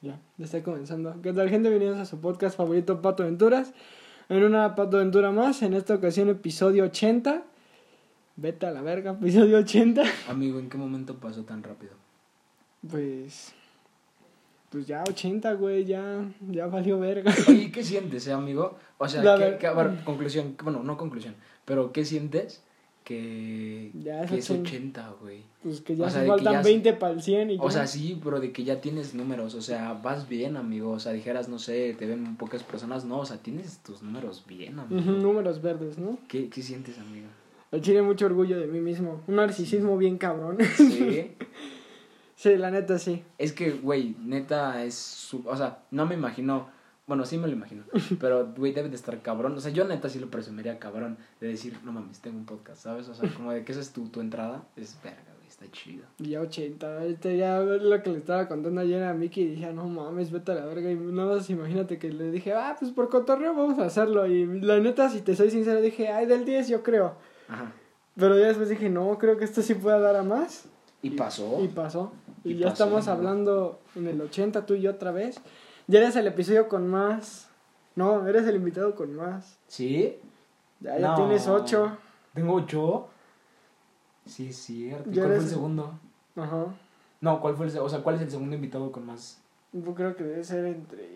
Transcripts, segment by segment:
Ya, ya está comenzando. ¿Qué tal, gente? Bienvenidos a su podcast favorito, Pato Aventuras. En una Pato Aventura más, en esta ocasión, episodio 80. Vete a la verga, episodio 80. Amigo, ¿en qué momento pasó tan rápido? Pues. Pues ya 80, güey, ya, ya valió verga. Oye, ¿qué sientes, eh, amigo? O sea, La ¿qué- ver- qué- a ver, conclusión, bueno, no conclusión, pero ¿qué sientes que, Ya es que es 80. 80, güey? Pues que ya O sea, se de que faltan ya- 20 para el 100 y O ya. sea, sí, pero de que ya tienes números, o sea, vas bien, amigo, o sea, dijeras, no sé, te ven pocas personas, no, o sea, tienes tus números bien, amigo. Ujú, números verdes, ¿no? ¿Qué, ¿Qué sientes, amigo? Al chile mucho orgullo de mí mismo. Un narcisismo bien cabrón. Sí. sí, la neta sí. Es que, güey, neta es... su- O sea, no me imagino... Bueno, sí me lo imagino. Pero, güey, debe de estar cabrón. O sea, yo neta sí lo presumiría cabrón. De decir, no mames, tengo un podcast, ¿sabes? O sea, como de que esa es tu, tu entrada. Es verga, güey, está chido. Y Ya 80, este ya lo que le estaba contando ayer a Miki dije, no mames, vete a la verga. Y nada más imagínate que le dije, ah, pues por cotorreo vamos a hacerlo. Y la neta, si te soy sincero, dije, ay, del 10 yo creo. Ajá. Pero ya después dije, no, creo que esto sí pueda dar a más. Y pasó. Y pasó. Y, Oh. Y ya pasó, estamos ¿no? hablando en el 80, tú y yo otra vez. Ya eres el episodio con más. No, eres el invitado con más. ¿Sí? Ya, Ah, ya No. tienes 8. ¿Tengo ocho? Sí, es cierto. ¿Y Ya cuál fue eres- el segundo? Ajá. No, ¿cuál fue el... se- O sea, ¿cuál es el segundo invitado con más...? Yo creo que debe ser entre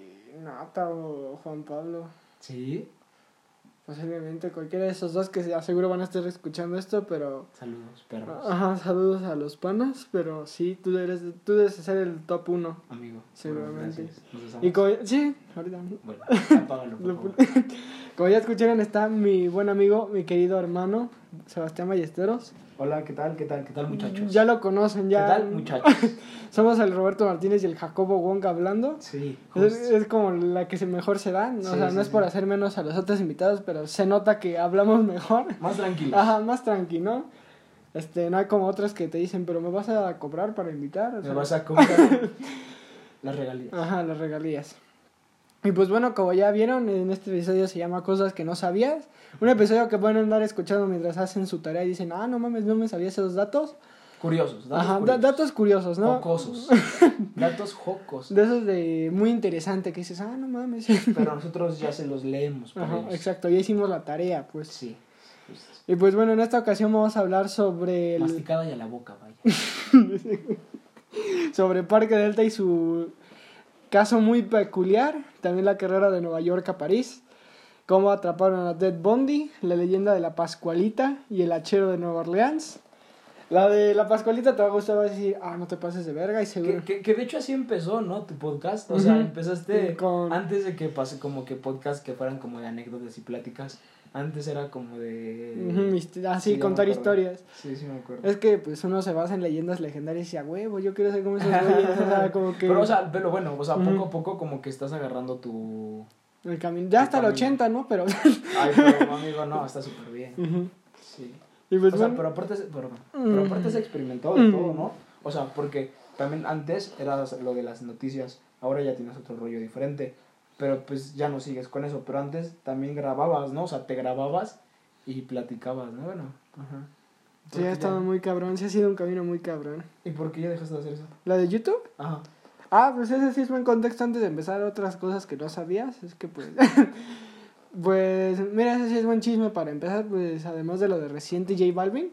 Nata o Juan Pablo. Sí. Posiblemente cualquiera de esos dos que se- aseguro van a estar escuchando esto, pero... Saludos, perros. Ajá, saludos a los panas, pero sí, tú, eres, tú debes ser el top 1. Amigo. Seguramente. bueno, gracias. Nos besamos. Y como... Sí, ahorita. Bueno, apágalo, por Lo- favor. Como ya escucharon, está mi buen amigo, mi querido hermano, Sebastián Ballesteros. Hola, ¿qué tal? ¿Qué tal? ¿Qué tal, muchachos? Ya lo conocen, ya. ¿Qué tal, muchachos? Somos el Roberto Martínez y el Jacobo Wong hablando. sí, Es, justo. es como la que se mejor se dan. O Sí, sea, sí, no es sí. por hacer menos a los otros invitados, pero se nota que hablamos mejor. Más tranquilo. Ajá, más tranqui, ¿no? Este, no hay como otras que te dicen, pero me vas a cobrar para invitar. O Me sea, vas a comprar las regalías. Ajá, las regalías. Y pues bueno, como ya vieron, en este episodio se llama Cosas que no sabías. Un episodio que pueden andar escuchando mientras hacen su tarea y dicen, ah, no mames, no me sabía esos datos. Curiosos, datos Ajá, da- curiosos. datos curiosos, ¿no? Jocosos. datos jocosos. De esos de muy interesante que dices, ah, no mames. Pero nosotros ya se los leemos. por Ajá, ellos. exacto, ya hicimos la tarea, pues. Sí. justo. Y pues bueno, en esta ocasión vamos a hablar sobre el, Masticada y a la boca, vaya. sobre Parque Delta y su caso muy peculiar, también la carrera de Nueva York a París, cómo atraparon a Ted Bundy, la leyenda de la Pascualita y el hachero de Nueva Orleans. La de la Pascualita te va a gustar, vas a decir, ah, no te pases de verga y seguro. Que, que, que de hecho así empezó, ¿no? Tu podcast. O sea, Ujú. empezaste Con- antes de que pase como que podcast que fueran como de anécdotas y pláticas. Antes era como de... Ujú, histi- Sí, Así, ya me contar acuerdo. historias. Sí, sí me acuerdo. Es que pues uno se basa en leyendas legendarias y dice, "A huevo, yo quiero ser como esos güeyes", o sea, como que Pero, o sea, pero bueno, o sea, Ujú. poco a poco como que estás agarrando tu... el camino. Ya hasta el Camino. 80, ¿no? Pero. Ay, pero amigo, no, está súper bien. Ujú. Sí. y pues o sea, bueno, pero aparte, se- perdón, pero aparte se experimentó de Mm. todo, ¿no? O sea, porque también antes era lo de las noticias, ahora ya tienes otro rollo diferente, pero pues ya no sigues con eso, pero antes también grababas, ¿no? O sea, te grababas y platicabas, ¿no? Bueno, ajá. ¿Por sí, qué ha ya- estado muy cabrón, sí ha sido un camino muy cabrón. ¿Y por qué ya dejaste de hacer eso? ¿La de YouTube? Ajá. Ah, pues ese sí es buen contexto antes de empezar otras cosas que no sabías. Es que pues. pues, mira, ese sí es buen chisme para empezar. Pues, además de lo de reciente J Balvin,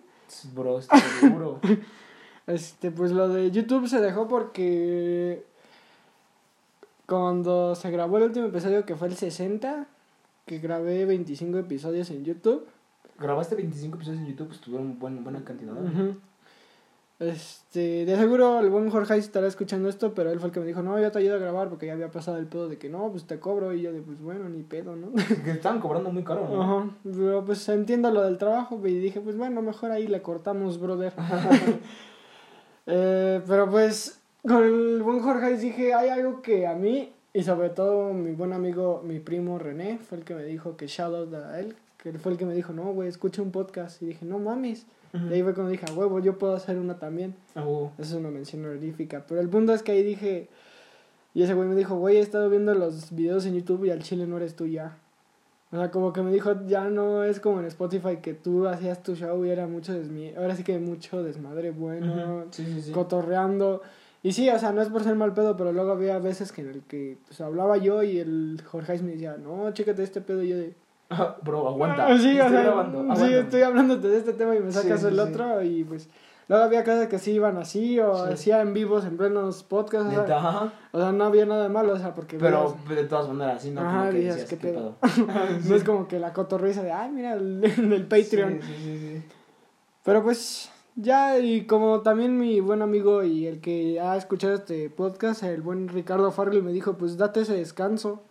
Bro, estoy seguro. este, pues lo de YouTube se dejó porque. Cuando se grabó el último episodio, que fue el 60, que grabé 25 episodios en YouTube. Grabaste 25 episodios en YouTube, pues tuvieron buen- buena cantidad. Ujú. Este, de seguro el buen Jorge Hayes estará escuchando esto, pero él fue el que me dijo, no, yo te ayudo a grabar porque ya había pasado el pedo de que no, pues te cobro y yo de, pues bueno, ni pedo, ¿no? que estaban cobrando muy caro, ¿no? Ajá, pero pues entiendo lo del trabajo güey, y dije, pues bueno, mejor ahí le cortamos, brother. Eh, pero pues con el buen Jorge Hayes dije, hay algo que a mí y sobre todo mi buen amigo, mi primo René, fue el que me dijo que shout out a él, que él fue el que me dijo, no, güey, escucha un podcast y dije, no mames. Y ahí fue cuando dije, a huevo, yo puedo hacer una también. Ah, huevo. Esa es una mención honorífica. Pero el punto es que ahí dije. Y ese güey me dijo, güey, he estado viendo los videos en YouTube y al chile no eres tú ya. O sea, como que me dijo, ya no es como en Spotify que tú hacías tu show y era mucho desmi Ahora sí que mucho desmadre bueno, Ujú. Sí, sí, sí. cotorreando. Y sí, o sea, no es por ser mal pedo, pero luego había veces que en el que pues, hablaba yo y el Jorge me decía, no, chécate este pedo. Y yo de, Bro, "Ah, aguanta. sí, o estoy sea, grabando, sí, aguántame. estoy hablándote de este tema y me sacas Sí, sí, el sí. otro. Y pues, luego había cosas que sí iban así o Sí. hacían vivos en plenos podcasts. O sea, Neta. o sea, no había nada de malo, o sea, porque. Pero veías- de todas maneras, sí, no Ajá, como que dices, decías, ¿qué ¿qué pedo? pedo? pues, no es como que la cotorriza de, ay, mira, el del Patreon. Sí, sí, sí, sí. Pero pues ya, y como también mi buen amigo y el que ha escuchado este podcast, el buen Ricardo Farrell, me dijo, pues date ese descanso.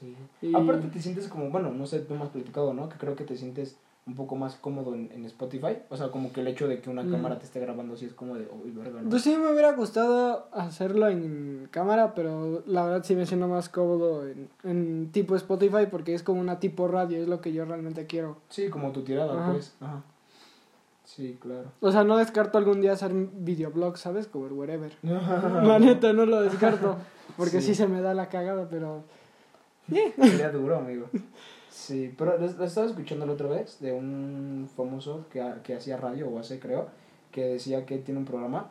Sí. Y- Aparte te sientes como, bueno, no sé, tú me has platicado, ¿no? Que creo que te sientes un poco más cómodo en, en Spotify. O sea, como que el hecho de que una Mm. cámara te esté grabando así es como de, uy, verga, ¿no? Pues sí me hubiera gustado hacerlo en cámara, pero la verdad sí me siento más cómodo en, en tipo Spotify porque es como una tipo radio, es lo que yo realmente quiero. Sí, como tu tirada, Ajá. pues. Ajá. Sí, claro. O sea, no descarto algún día hacer videoblogs, ¿sabes? Como el wherever. La neta, no lo descarto, porque sí, Sí. se me da la cagada, pero... Sería duro, amigo. Sí, pero lo, lo estaba escuchando la otra vez de un famoso que, ha- que hacía radio, o hace creo, que decía que tiene un programa,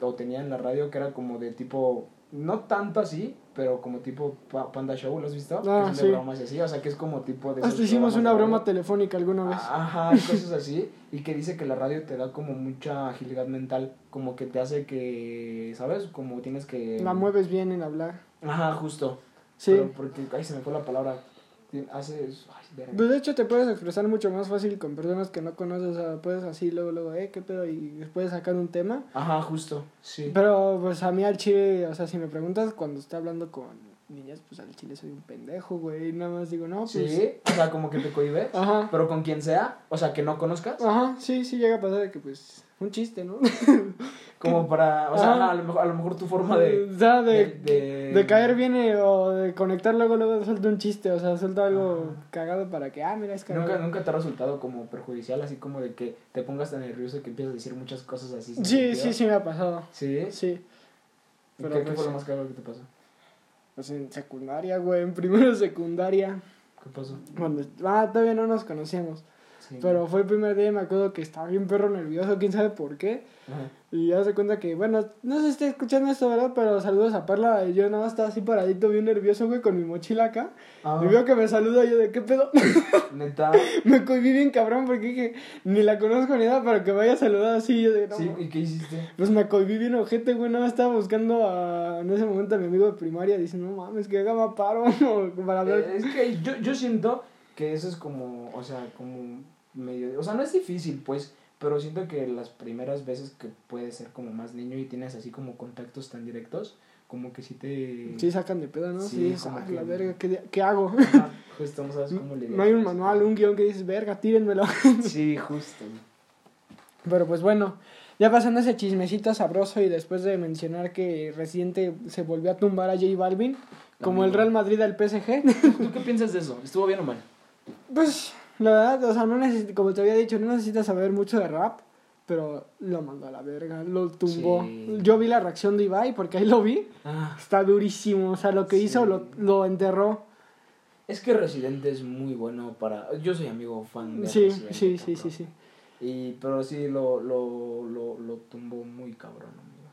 o tenía en la radio, que era como de tipo, no tanto así, pero como tipo pa- Panda Show, ¿lo has visto? Ah, que son de sí. bromas y así, o sea, que Pues es como tipo de... Hasta esos hicimos programas una de broma radio. telefónica alguna vez. Ajá, y cosas así, y que dice que la radio te da como mucha agilidad mental, como que te hace que, ¿sabes? Como tienes que... La mueves bien en hablar. Ajá, justo. Sí. Pero porque, ay, se me fue la palabra. Tien- Haces. Ay, verga. Pues de hecho te puedes expresar mucho más fácil con personas que no conoces, o sea, puedes así luego, luego, eh, qué pedo, y después sacar un tema. Ajá, justo. Sí. Pero pues a mí al chile, o sea, si me preguntas cuando estoy hablando con niñas, pues al chile soy un pendejo, güey, nada más digo, no, pues... Sí, o sea, como que te cohibes. Ajá. Pero con quien sea, o sea, que no conozcas. Ajá, sí, sí llega a pasar de que pues un chiste, ¿no? Como para. O sea, Ajá. ajá, a, lo mejor, a lo mejor tu forma de. O sea, ah. de, De, de- em, de caer bien eh, o de conectar luego, luego suelto un chiste, o sea, suelto algo Ajá. cagado para que, ah, mira, es cagado. ¿Nunca, nunca te ha resultado como perjudicial, así como de que te pongas tan nervioso que empiezas a decir muchas cosas así. sin Sí, sentido? sí, sí me ha pasado. Sí. Sí. ¿Y Pero ¿Qué, qué pues- fue lo más caro que te pasó? Pues en secundaria, güey, en primero de secundaria. ¿Qué pasó? Cuando, ah, todavía no nos conocíamos. Sí. Pero fue el primer día y me acuerdo que estaba bien perro nervioso, quién sabe por qué. Ajá. Y ya se cuenta que, bueno, no sé si está escuchando esto, ¿verdad? Pero saludos a Perla. Y yo nada más estaba así paradito, bien nervioso, güey, con mi mochila acá. Ah, Y veo que me saluda y yo de qué pedo. Neta. me cohibí bien cabrón porque dije, ni la conozco ni nada, pero que vaya a saludar así. Yo de, no, Sí, ¿y qué hiciste? Pues me cohibí bien ojete, güey. Nada más estaba buscando a, en ese momento a mi amigo de primaria. Dice, no mames, que haga más paro para hablar. Eh, Es que yo, yo siento que eso es como, o sea, como medio... O sea, no es difícil, pues, pero siento que las primeras veces que puedes ser como más niño y tienes así como contactos tan directos, como que sí te... Sí, sacan de pedo, ¿no? Sí, Sí, como ah, que- la verga, ¿qué, qué hago? Ajá, justo, no sabes cómo lidiar No hay un con eso. manual, un guión que dices, verga, tírenmelo. Sí, justo. Pero pues bueno, ya pasando ese chismecito sabroso y después de mencionar que reciente se volvió a tumbar a J Balvin, como el Amigo. Real Madrid al PSG, ¿Tú qué piensas de eso? ¿Estuvo bien o mal? pues la verdad, o sea, no necesito, como te había dicho, no necesitas saber mucho de rap, pero lo mandó a la verga, lo tumbó. Sí. Yo vi la reacción de Ibai porque ahí lo vi, Ah, está durísimo, o sea, lo que Sí. hizo lo, lo enterró. es que Residente es muy bueno para... Yo soy amigo fan de Sí, Residente, sí, sí, cabrón. sí, sí. Y, pero sí, lo, lo, lo, lo tumbó muy cabrón, amigo.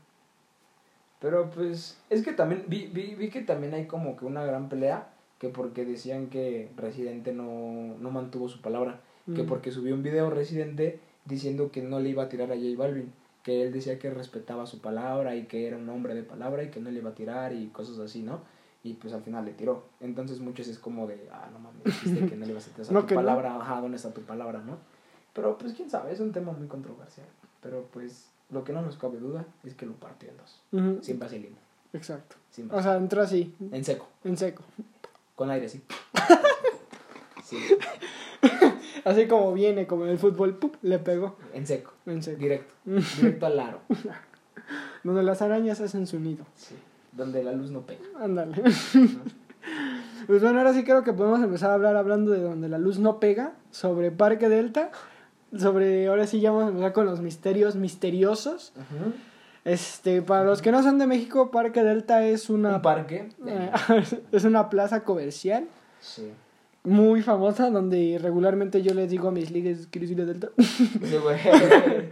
Pero pues, es que también, vi, vi, vi que también hay como que una gran pelea, que porque decían que Residente no, no mantuvo su palabra, que Mm. porque subió un video Residente diciendo que no le iba a tirar a J Balvin, que él decía que respetaba su palabra y que era un hombre de palabra y que no le iba a tirar y cosas así, ¿no? Y pues al final le tiró. Entonces muchos es como de, ah, no mames, dijiste que no le ibas a tirar o sea, No, que tu no. palabra, ajá, ¿dónde está tu palabra, no? Pero pues quién sabe, es un tema muy controversial. Pero pues lo que no nos cabe duda es que lo partió en dos. Ujú, Sin vaselina. Exacto. Sin O vaselina. sea, entró así, en seco. en seco. Con aire, sí. sí. Así como viene, como en el fútbol, ¡pup! le pegó, En seco. en seco. Directo. Directo al aro. Donde las arañas hacen su nido. Sí. Donde la luz no pega. Ándale. Pues bueno, ahora sí creo que podemos empezar a hablar hablando de donde la luz no pega, sobre Parque Delta, sobre, ahora sí ya vamos a empezar con los misterios misteriosos. Este, para los que no son de México, Parque Delta es una... Un parque. eh, es una plaza comercial Sí. muy famosa donde regularmente yo les digo a mis ligues, ¿quieres ir a Delta? Sí, güey.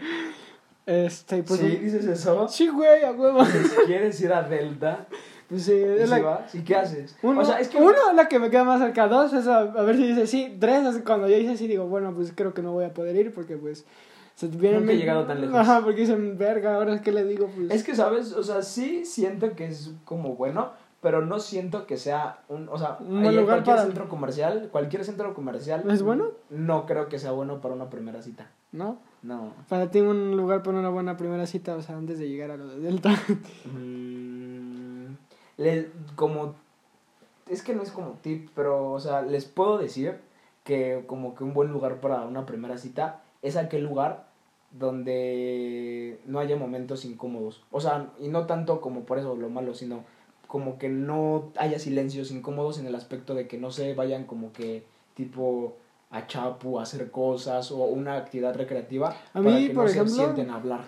Este, pues. sí, dices eso. Sí, güey, a huevo. Pues, ¿Quieres ir a Delta? Pues sí, es ¿Y la- si vas? ¿Y qué haces? Uno, o sea, es que uno es la que me queda más cerca, dos es a, a ver si dice sí, tres es cuando yo hice sí digo, bueno, pues creo que no voy a poder ir porque pues se vienen Nunca he llegado tan lejos. Ajá, porque dicen, verga, ahora es que le digo, pues Es que, ¿sabes? O sea, sí siento que es como bueno, pero no siento que sea un... O sea, Un buen ahí en lugar cualquier para- centro comercial, cualquier centro comercial... ¿No es bueno? No creo que sea bueno para una primera cita. ¿no? No. Para ti un lugar para una buena primera cita, o sea, antes de llegar a lo de Delta. Mm, le- como... Es que no es como tip, pero, o sea, les puedo decir que como que un buen lugar para una primera cita es aquel lugar donde no haya momentos incómodos. O sea, y no tanto como por eso lo malo, sino como que no haya silencios incómodos en el aspecto de que no se vayan como que tipo a chapu a hacer cosas o una actividad recreativa A para mí, que por no ejemplo, se sienten a hablar.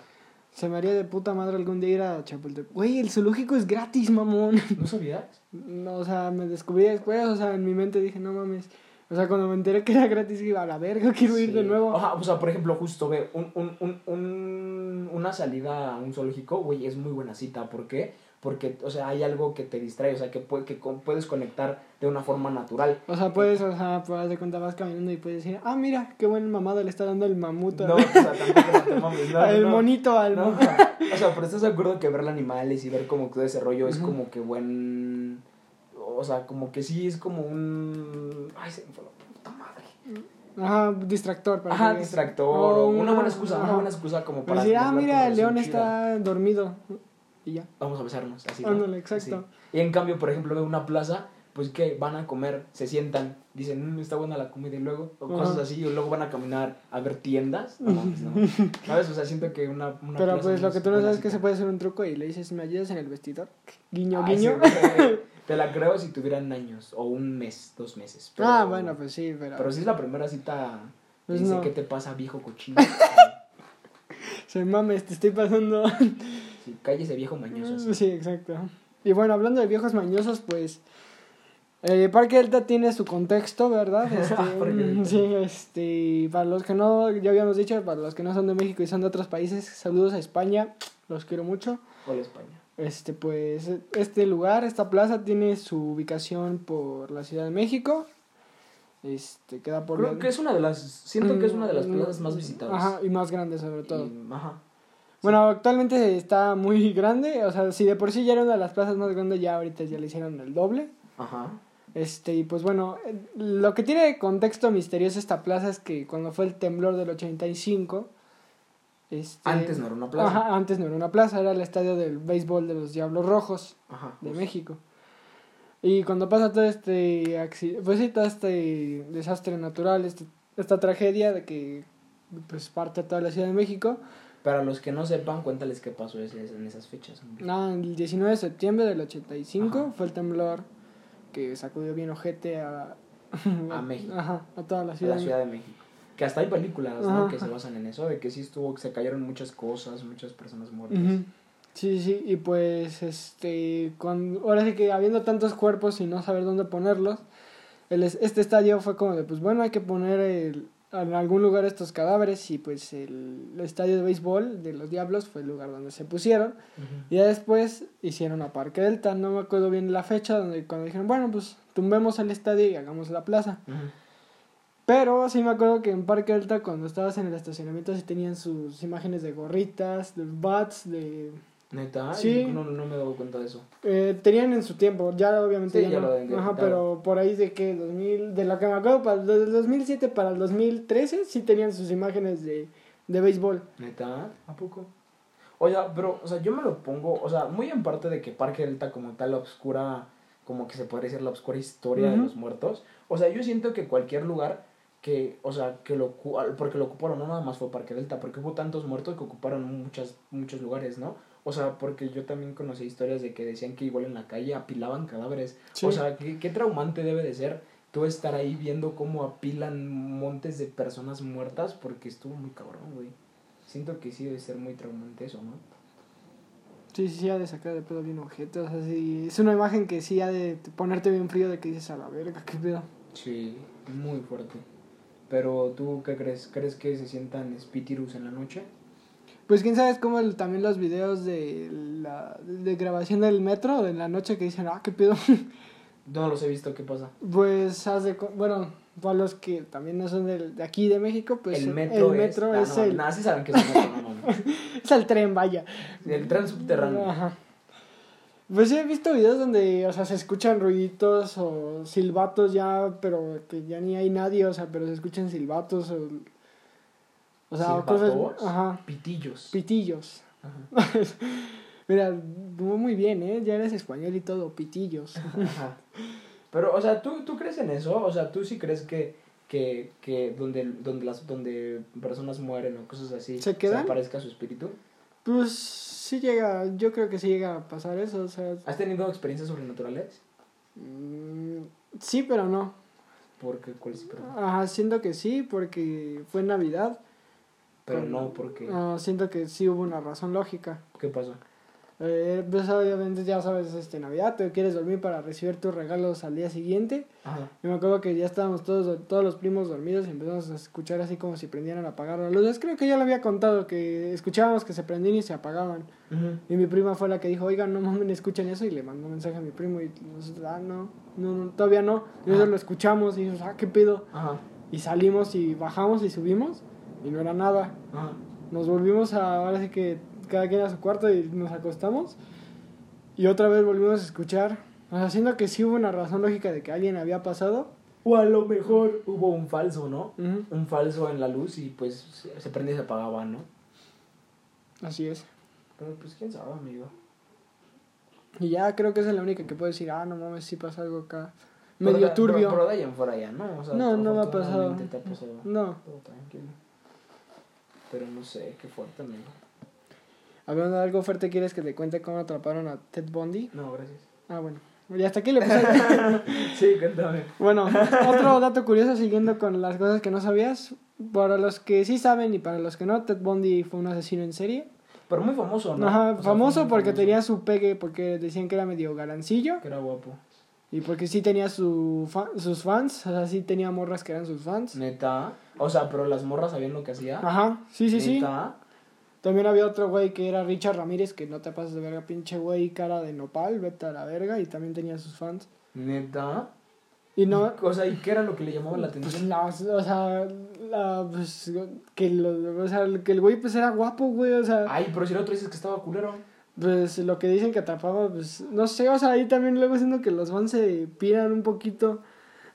se me haría de puta madre algún día ir a Chapultepec. Güey, el zoológico es gratis, mamón. ¿No sabías? No, o sea, me descubrí después, o sea, en mi mente dije, no mames. O sea, cuando me enteré que era gratis, iba a la verga, quiero ir Sí. de nuevo. Ajá, o sea, por ejemplo, justo ve, un, un, un, un- una salida a un zoológico, güey, es muy buena cita. ¿Por qué? Porque, o sea, hay algo que te distrae, o sea, que, pue- que con- puedes conectar de una forma natural. O sea, puedes, o sea, pues haz de cuenta vas caminando y puedes decir, ah, mira, qué buena mamada le está dando el mamut No, o sea, tampoco no te mames, no, al no, monito, al no. mo- O sea, pero estás de acuerdo que ver animales y ver como que todo ese rollo es como que buen. O sea, como que sí es como un. Ay, se me fue la puta madre. Ajá, distractor. Para Ajá, que- distractor. o o una, una- buena excusa, ajá. una buena excusa como Para para. decir, ah, hablar mira, el conversación león chida. está dormido. Y ya. vamos a besarnos. Así, Ándale, exacto. Así. Y en cambio, por ejemplo, en una plaza, pues que van a comer, se sientan, dicen, "Mm, está buena la comida y luego, o Ajá. cosas así, y luego van a caminar a ver tiendas. No, mames, no. ¿Sabes? O sea, siento que una. una Pero plaza pues no lo que tú no sabes es que buena se puede hacer un truco y le dices, ¿me ayudas en el vestidor? Guiño, cita. Ay, guiño. sí, güey. te la creo si tuvieran años, o un mes, dos meses. pero- ah, bueno, pues sí, pero, Pero si es la primera cita, te Pues dice, no. ¿qué te pasa, viejo cochino? se mames, te estoy pasando. sí, cállese, viejo mañoso. así. Ah, Mm, Sí, exacto. Y bueno, hablando de viejos mañosos, pues. El Parque Delta tiene su contexto, ¿verdad? Este, Parque Delta. sí, este, para los que no, ya habíamos dicho, para los que no son de México y son de otros países, saludos a España, los quiero mucho. Hola, España. Este, pues, este lugar, esta plaza tiene su ubicación por la Ciudad de México. Este, queda por... Creo la- que es una de las. Siento que es una de las Mm, plazas más visitadas. Ajá, y más grande sobre todo. Y- ajá. Bueno, actualmente está muy grande, o sea, si de por sí ya era una de las plazas más grandes, ya ahorita ya le hicieron el doble. Ajá. Este, y pues bueno, eh, lo que tiene de contexto misterioso esta plaza es que cuando fue el temblor del 85, este, Antes no era una plaza. Ajá. Ajá, antes no era una plaza, era el estadio del béisbol de los Diablos Rojos de justo. México. Y cuando pasa todo este acci- pues sí, todo este desastre natural, este- esta tragedia de que pues parte toda la Ciudad de México, Para los que no sepan, cuéntales qué pasó ese- en esas fechas. No, el 19 de septiembre del 85 Ajá. fue el temblor que sacudió bien ojete a... A México. Ajá, a toda la En ciudad. la Ciudad de México. Que hasta hay películas, ¿no? Ajá. Que se basan en eso, de que sí estuvo, que se cayeron muchas cosas, muchas personas muertas. Ujú. Sí, sí, y pues este, cuando, ahora sí que habiendo tantos cuerpos y no saber dónde ponerlos, el es- este estadio fue como de, pues bueno, hay que poner el- en algún lugar estos cadáveres y pues el, estadio de béisbol de los Diablos fue el lugar donde se pusieron. Ujú. Y ya después hicieron a Parque Delta, no me acuerdo bien la fecha, donde cuando dijeron, bueno, pues tumbemos el estadio y hagamos la plaza. Ujú. Pero sí me acuerdo que en Parque Delta cuando estabas en el estacionamiento sí tenían sus imágenes de gorritas, de bats, de Neta, Sí. yo no, no me he dado cuenta de eso. Eh, tenían en su tiempo, ya obviamente Sí, ya, ya no. lo deben de Ajá, quitar. pero por ahí de que 2000, de lo que me acuerdo, para, desde el 2007 para el 2013 sí tenían sus imágenes de, de béisbol. Neta, ¿a poco? O sea, pero, o sea, yo me lo pongo, o sea, muy en parte de que Parque Delta como tal, la obscura, como que se podría decir la obscura historia de Ujú. los muertos. O sea, yo siento que cualquier lugar que, o sea, que lo, ocu- al- porque lo ocuparon, no nada más fue Parque Delta, porque hubo tantos muertos que ocuparon muchas, muchos lugares, ¿no? O sea, porque yo también conocí historias de que decían que igual en la calle apilaban cadáveres. Sí. O sea, qué, qué traumante debe de ser tú estar ahí viendo cómo apilan montes de personas muertas porque estuvo muy cabrón, güey. Siento que sí debe ser muy traumante eso, ¿no? Sí, sí, sí, ha de sacar de pedo bien objeto, o sea, sí, es una imagen que sí ha de ponerte bien frío de que dices a la verga, qué pedo. Sí, muy fuerte. Pero tú, ¿qué crees? ¿Crees que se sientan espíritus en la noche? Pues quién sabe, es como el- también los videos de la de grabación del metro de la noche que dicen, ah, qué pedo. No los he visto, ¿qué pasa? pues hace, bueno, para los que también no son del- de aquí de México, pues el metro el metro es, ah, no, el, Nada, sí saben que es el metro, no, no, no. es el tren, vaya. El tren subterráneo. Ajá. Pues sí, he visto videos donde, o sea, se escuchan ruiditos o silbatos ya, pero que ya ni hay nadie, o sea, pero se escuchan silbatos o... O sea, o cosas... ¿Silbatos? Ajá, Pitillos. pitillos. Ajá. Mira, muy muy bien, ¿eh? Ya eres español y todo, pitillos. Ajá. Pero, o sea, ¿tú, ¿tú crees en eso? O sea, ¿tú sí crees que, que, que donde, donde, las, donde personas mueren o cosas así, ¿Se quedan? aparezca su espíritu? Pues sí llega, yo creo que sí llega a pasar eso, o sea... ¿Has tenido experiencias sobrenaturales? mm, sí, pero no. Porque, ¿cuál es? Pero, Ajá, siento que sí, porque fue Navidad. pero no, porque... Ah, siento que sí hubo una razón lógica. ¿Qué pasó? Eh, pues obviamente ya sabes, este Navidad, te quieres dormir para recibir tus regalos al día siguiente. Ajá. Y me acuerdo que ya estábamos todos, todos los primos dormidos y empezamos a escuchar así como si prendieran a apagar las luces. Creo que ya le había contado que escuchábamos que se prendían y se apagaban. Ujú. Y mi prima fue la que dijo, oigan, no mames, escuchen eso. Y le mandó un mensaje a mi primo y nosotros, ah, no, no, no, todavía no. Y nosotros Ah. lo escuchamos y dijimos, ah, qué pedo. Ajá. Y salimos y bajamos y subimos y no era nada. Ajá. Nos volvimos a, ahora sí que cada quien a su cuarto y nos acostamos. Y otra vez volvimos a escuchar, o sea, siendo que sí hubo una razón lógica de que alguien había pasado. O a lo mejor hubo un falso, ¿no? Ujú, Un falso en la luz y pues se se prende y se apagaba, ¿no? Así es. Pero pues quién sabe, amigo. Y ya creo que esa es la única que puedo decir, ah, no mames, sí pasa algo acá. Pero Medio de- turbio. Pero, pero de ahí en fuera ya, ¿no? O sea, No, no me ha pasado. afortunadamente te ha pasado. No, Todo tranquilo. Pero no sé, qué fuerte, amigo. hablando de algo fuerte, ¿quieres que te cuente cómo atraparon a Ted Bundy? No, gracias. Ah, bueno. Y hasta aquí le puse. Sí, cuéntame. bueno, otro dato curioso siguiendo con las cosas que no sabías. Para los que sí saben y para los que no, Ted Bundy fue un asesino en serie. Pero muy famoso, ¿no? Ajá, O sea, famoso fue muy porque famoso. tenía su pegue, porque decían que era medio garancillo Que era guapo. y porque sí tenía su fa- sus fans, o sea, sí tenía morras que eran sus fans. Neta. O sea, pero las morras sabían lo que hacía. Ajá, Ah, sí, sí, sí. Neta. También había otro güey que era Richard Ramírez, que no te pases de verga, pinche güey, cara de nopal, vete a la verga, y también tenía sus fans. Neta. Y no, O sea, ¿y qué era lo que le llamaba la pues, atención? las- o sea, la- pues, que, lo- o sea, que el güey pues era guapo, güey, o sea, Ay, pero si el otro dices que estaba culero. pues lo que dicen que atrapaba, pues, no sé, o sea, ahí también luego siendo que los fans se piran un poquito. o,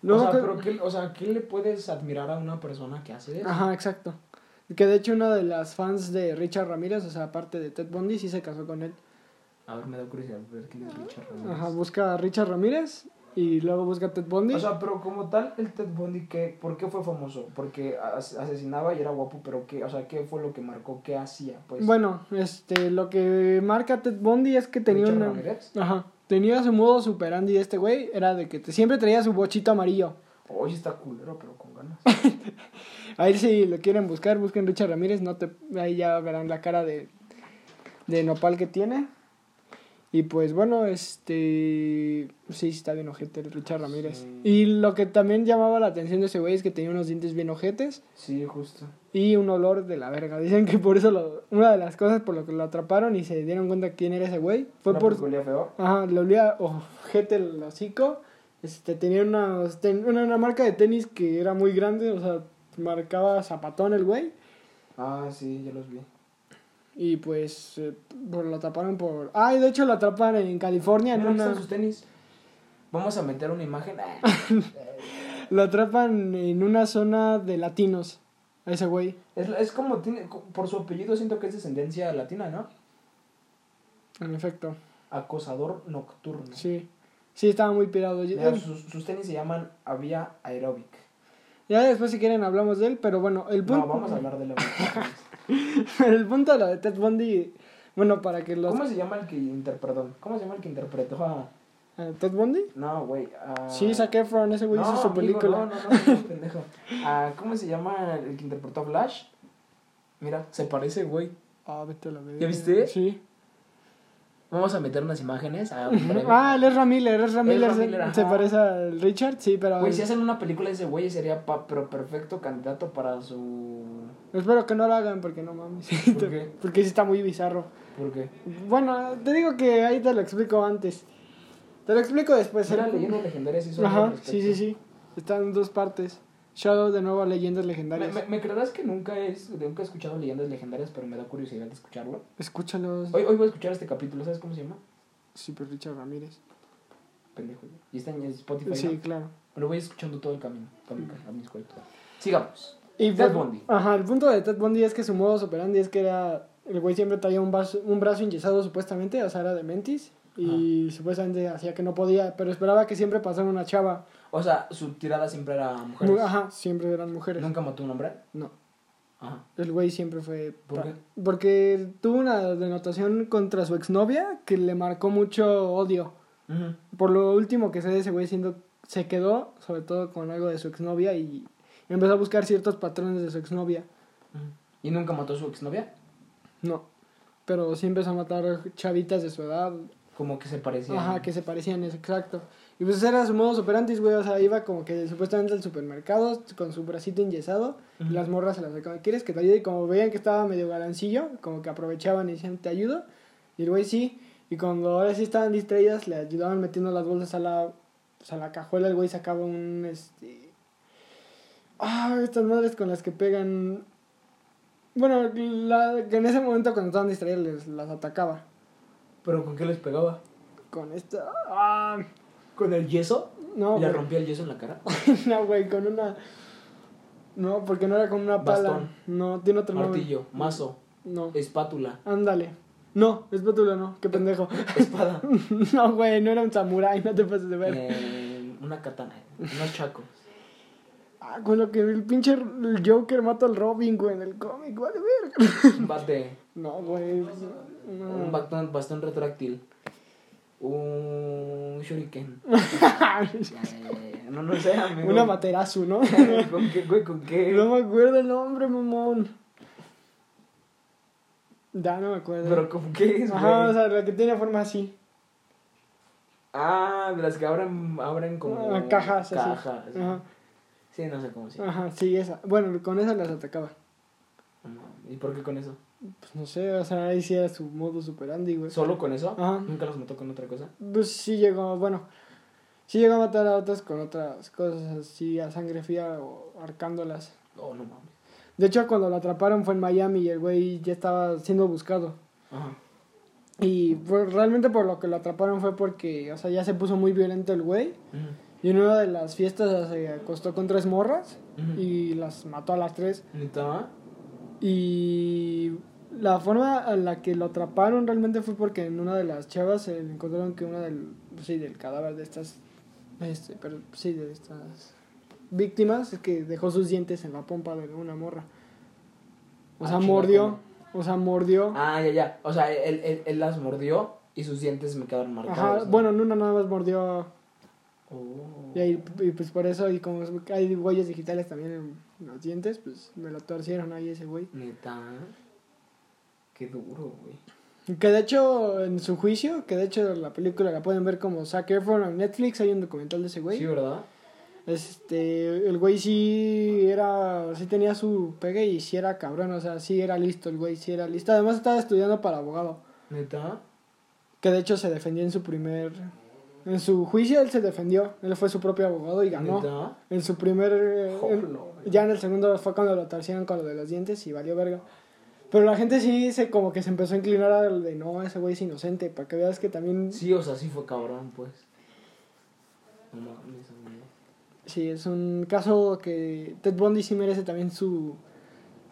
Luego sea, que- pero ¿qué, o sea, ¿qué le puedes admirar a una persona que hace eso? Ajá, exacto. Que de hecho una de las fans de Richard Ramírez, o sea, aparte de Ted Bundy, sí se casó con él. A ver, me da curiosidad ver quién es Richard Ramírez. Ajá, busca a Richard Ramírez y luego busca a Ted Bundy. O sea, pero como tal, el Ted Bundy, ¿qué, ¿por qué fue famoso? Porque as- asesinaba y era guapo, pero ¿qué, o sea, ¿qué fue lo que marcó? ¿Qué hacía? Pues, bueno, este, lo que marca Ted Bundy es que tenía Richard una... Ramírez. Ajá, tenía su modo superandi de este güey, era de que te- siempre traía su bochito amarillo. Oye, Oh, está culero, pero con ganas. Ahí si lo quieren buscar, busquen Richard Ramírez, no te, ahí ya verán la cara de, de nopal que tiene. Y pues bueno, este sí está bien ojete el Richard Ramírez. Sí. Y lo que también llamaba la atención de ese güey es que tenía unos dientes bien ojetes Sí, justo. y un olor de la verga. Dicen que por eso lo- una de las cosas por lo que lo atraparon y se dieron cuenta quién era ese güey fue ¿No por porque olía feo? ajá, le olía ojete el hocico. Este tenía unas ten- una, una marca de tenis que era muy grande, o sea, marcaba zapatón el güey. Ah, sí, ya los vi. Y pues, eh, por- lo atraparon por... Ah, y de hecho lo atrapan en California, en Mira, aquí una... están sus tenis. Vamos a meter una imagen. Ah, Lo atrapan en una zona de latinos, a ese güey. Es, es como, tiene, por su apellido siento que es descendencia latina, ¿no? En efecto, Acosador nocturno. sí. Sí, estaba muy pirado. Mira, Ya, sus, sus tenis se llaman Avia Aerobic. ya después, si quieren, hablamos de él, pero bueno, el punto... No, vamos a hablar de la el punto de lo de Ted Bundy... Bueno, para que los... ¿Cómo se llama el que inter... perdón, ¿Cómo se llama el que interpretó a... ¿Eh, ¿Ted Bundy? No, güey. a- Sí, Zac Efron, ese güey No, hizo su amigo, película. no, no, no, no, pendejo. Ah, ¿Cómo se llama el que interpretó a Flash? Mira, se parece, güey. Ah, vete a la verga. ¿Ya viste? Sí. Vamos a meter unas imágenes. Ah, Ah, él es Ramírez, es Ramírez. Miller, se ajá. parece al Richard, sí, pero... Güey, si hacen una película de ese güey, sería pa- pero perfecto candidato para su... Espero que no lo hagan porque no mames. ¿Por qué? porque sí está muy bizarro. ¿Por qué? Bueno, te digo que ahí te lo explico antes. Te lo explico después. ¿eh? Eran leyendas legendarias y Ajá, sí, sí, sí. Están en dos partes. Shadow de nuevo, leyendas Me, legendarias. me- me creerás que nunca, es, nunca he escuchado leyendas legendarias, pero me da curiosidad de escucharlo. Escúchalos. Hoy, hoy voy a escuchar este capítulo, ¿sabes cómo se llama? Sí, pero Richard Ramírez. Pendejo. Y está en Spotify. Sí, Sí. claro. Lo voy escuchando todo el camino, todo el camino, a mi escuela. Sigamos. Y Ted bueno, Bundy. Ajá, el punto de Ted Bundy es que su modo operandi es que era. El güey siempre traía un, vaso- un brazo inyezado, supuestamente, o sea, era de mentis. Y supuestamente hacía que no podía, pero esperaba que siempre pasara una chava. O sea, su tirada siempre era a mujeres. Mu- Ajá, siempre eran mujeres. Nunca mató a un hombre. No, Ajá. el güey siempre fue. ¿Por pa- qué? Porque tuvo una denotación contra su exnovia que le marcó mucho odio. Por lo último que sé de ese güey, siendo, se quedó, sobre todo con algo de su exnovia y empezó a buscar ciertos patrones de su exnovia. Ujú. ¿Y nunca mató a su exnovia? No, pero sí empezó a matar chavitas de su edad, Como que se parecía. ajá, que se parecían, es exacto. Y pues era su modo operandi, güey, o sea, iba como que supuestamente al supermercado con su bracito enyesado Ujú. y las morras se las sacaban, ¿quieres que te ayude? Y como veían que estaba medio galancillo, como que aprovechaban y decían, ¿te ayudo? Y el güey sí, y cuando ahora sí estaban distraídas, le ayudaban metiendo las bolsas a la, pues, a la cajuela, el güey sacaba un, este... Ah, estas madres con las que pegan... Bueno, la, que en ese momento cuando estaban distraídas les- las atacaba. ¿Pero con qué les pegaba? Con esta... Ah, ¿Con el yeso? no, ¿Le güey. rompía el yeso en la cara? No, güey, con una. No, porque no era con una pala. Bastón. No, tiene otro nombre. Martillo, mazo, No. espátula, Ándale. No, espátula no, qué pendejo. espada, no, güey, no era un samurái, no te pases de ver. eh, una katana, unos chacos. Ah, con lo que el pinche el Joker mata al Robin, güey, en el cómic, vale verga. un bate, No, güey. un No. bastón, bastón retráctil, un shuriken. Eh, no, no sé, amigo. Ah, Una materazu, ¿no? ¿Con qué, güey? ¿Con qué? no me acuerdo el nombre, mamón. Ya no me acuerdo. ¿Pero con qué es, güey? Ajá, o sea, la que tiene forma así. Ah, de las que abren, abren como... Ah, cajas, así. Cajas. Ajá. Ah. Sí, no sé cómo se llama. Ajá, sí, esa. Bueno, con esa las atacaba. ¿Y por qué con eso? Pues no sé, o sea, ahí sí era su modo superandi, güey. ¿Solo con eso? Ajá. ¿Nunca los mató con otra cosa? Pues sí llegó, bueno, sí llegó a matar a otras con otras cosas así, a sangre fría o arcándolas. Oh, no mames. De hecho, cuando lo atraparon fue en Miami y el güey ya estaba siendo buscado. Ajá. Y pues, realmente por lo que lo atraparon fue porque, o sea, ya se puso muy violento el güey. Y en una de las fiestas se acostó con tres morras Ujú. y las mató a las tres. ¿Neta? Y la forma a la que lo atraparon realmente fue porque en una de las chavas se le encontraron que una del, pues sí, del cadáver de estas, este, pero sí, de estas víctimas es que dejó sus dientes en la pompa de una morra. O Ah, sea, chinga, mordió, o sea, mordió. Ah, ya, ya. O sea, él, él, él las mordió y sus dientes me quedaron marcados. Ajá, ¿no? bueno, en una nada más mordió Oh. y ahí, y pues por eso, y como hay huellas digitales también en los dientes, pues me lo torcieron ahí ese güey. Neta. Qué duro, güey. Que de hecho, en su juicio, que de hecho la película la pueden ver como Zac Efron en Netflix, hay un documental de ese güey. Sí, ¿verdad? Este, el güey sí era, sí tenía su pegue y sí era cabrón, o sea, sí era listo el güey, sí era listo. Además estaba estudiando para abogado, Neta. que de hecho se defendió en su primer, en su juicio él se defendió, él fue su propio abogado y ganó. Neta. En su primer, eh, en- Jolo, güey. ya en el segundo fue cuando lo torcieron con lo de los dientes y valió verga. Pero la gente sí se como que se empezó a inclinar al de no, ese güey es inocente, para que veas que también Sí, o sea, sí fue cabrón, pues. No mames, amigo. Sí, es un caso que Ted Bundy sí merece también su...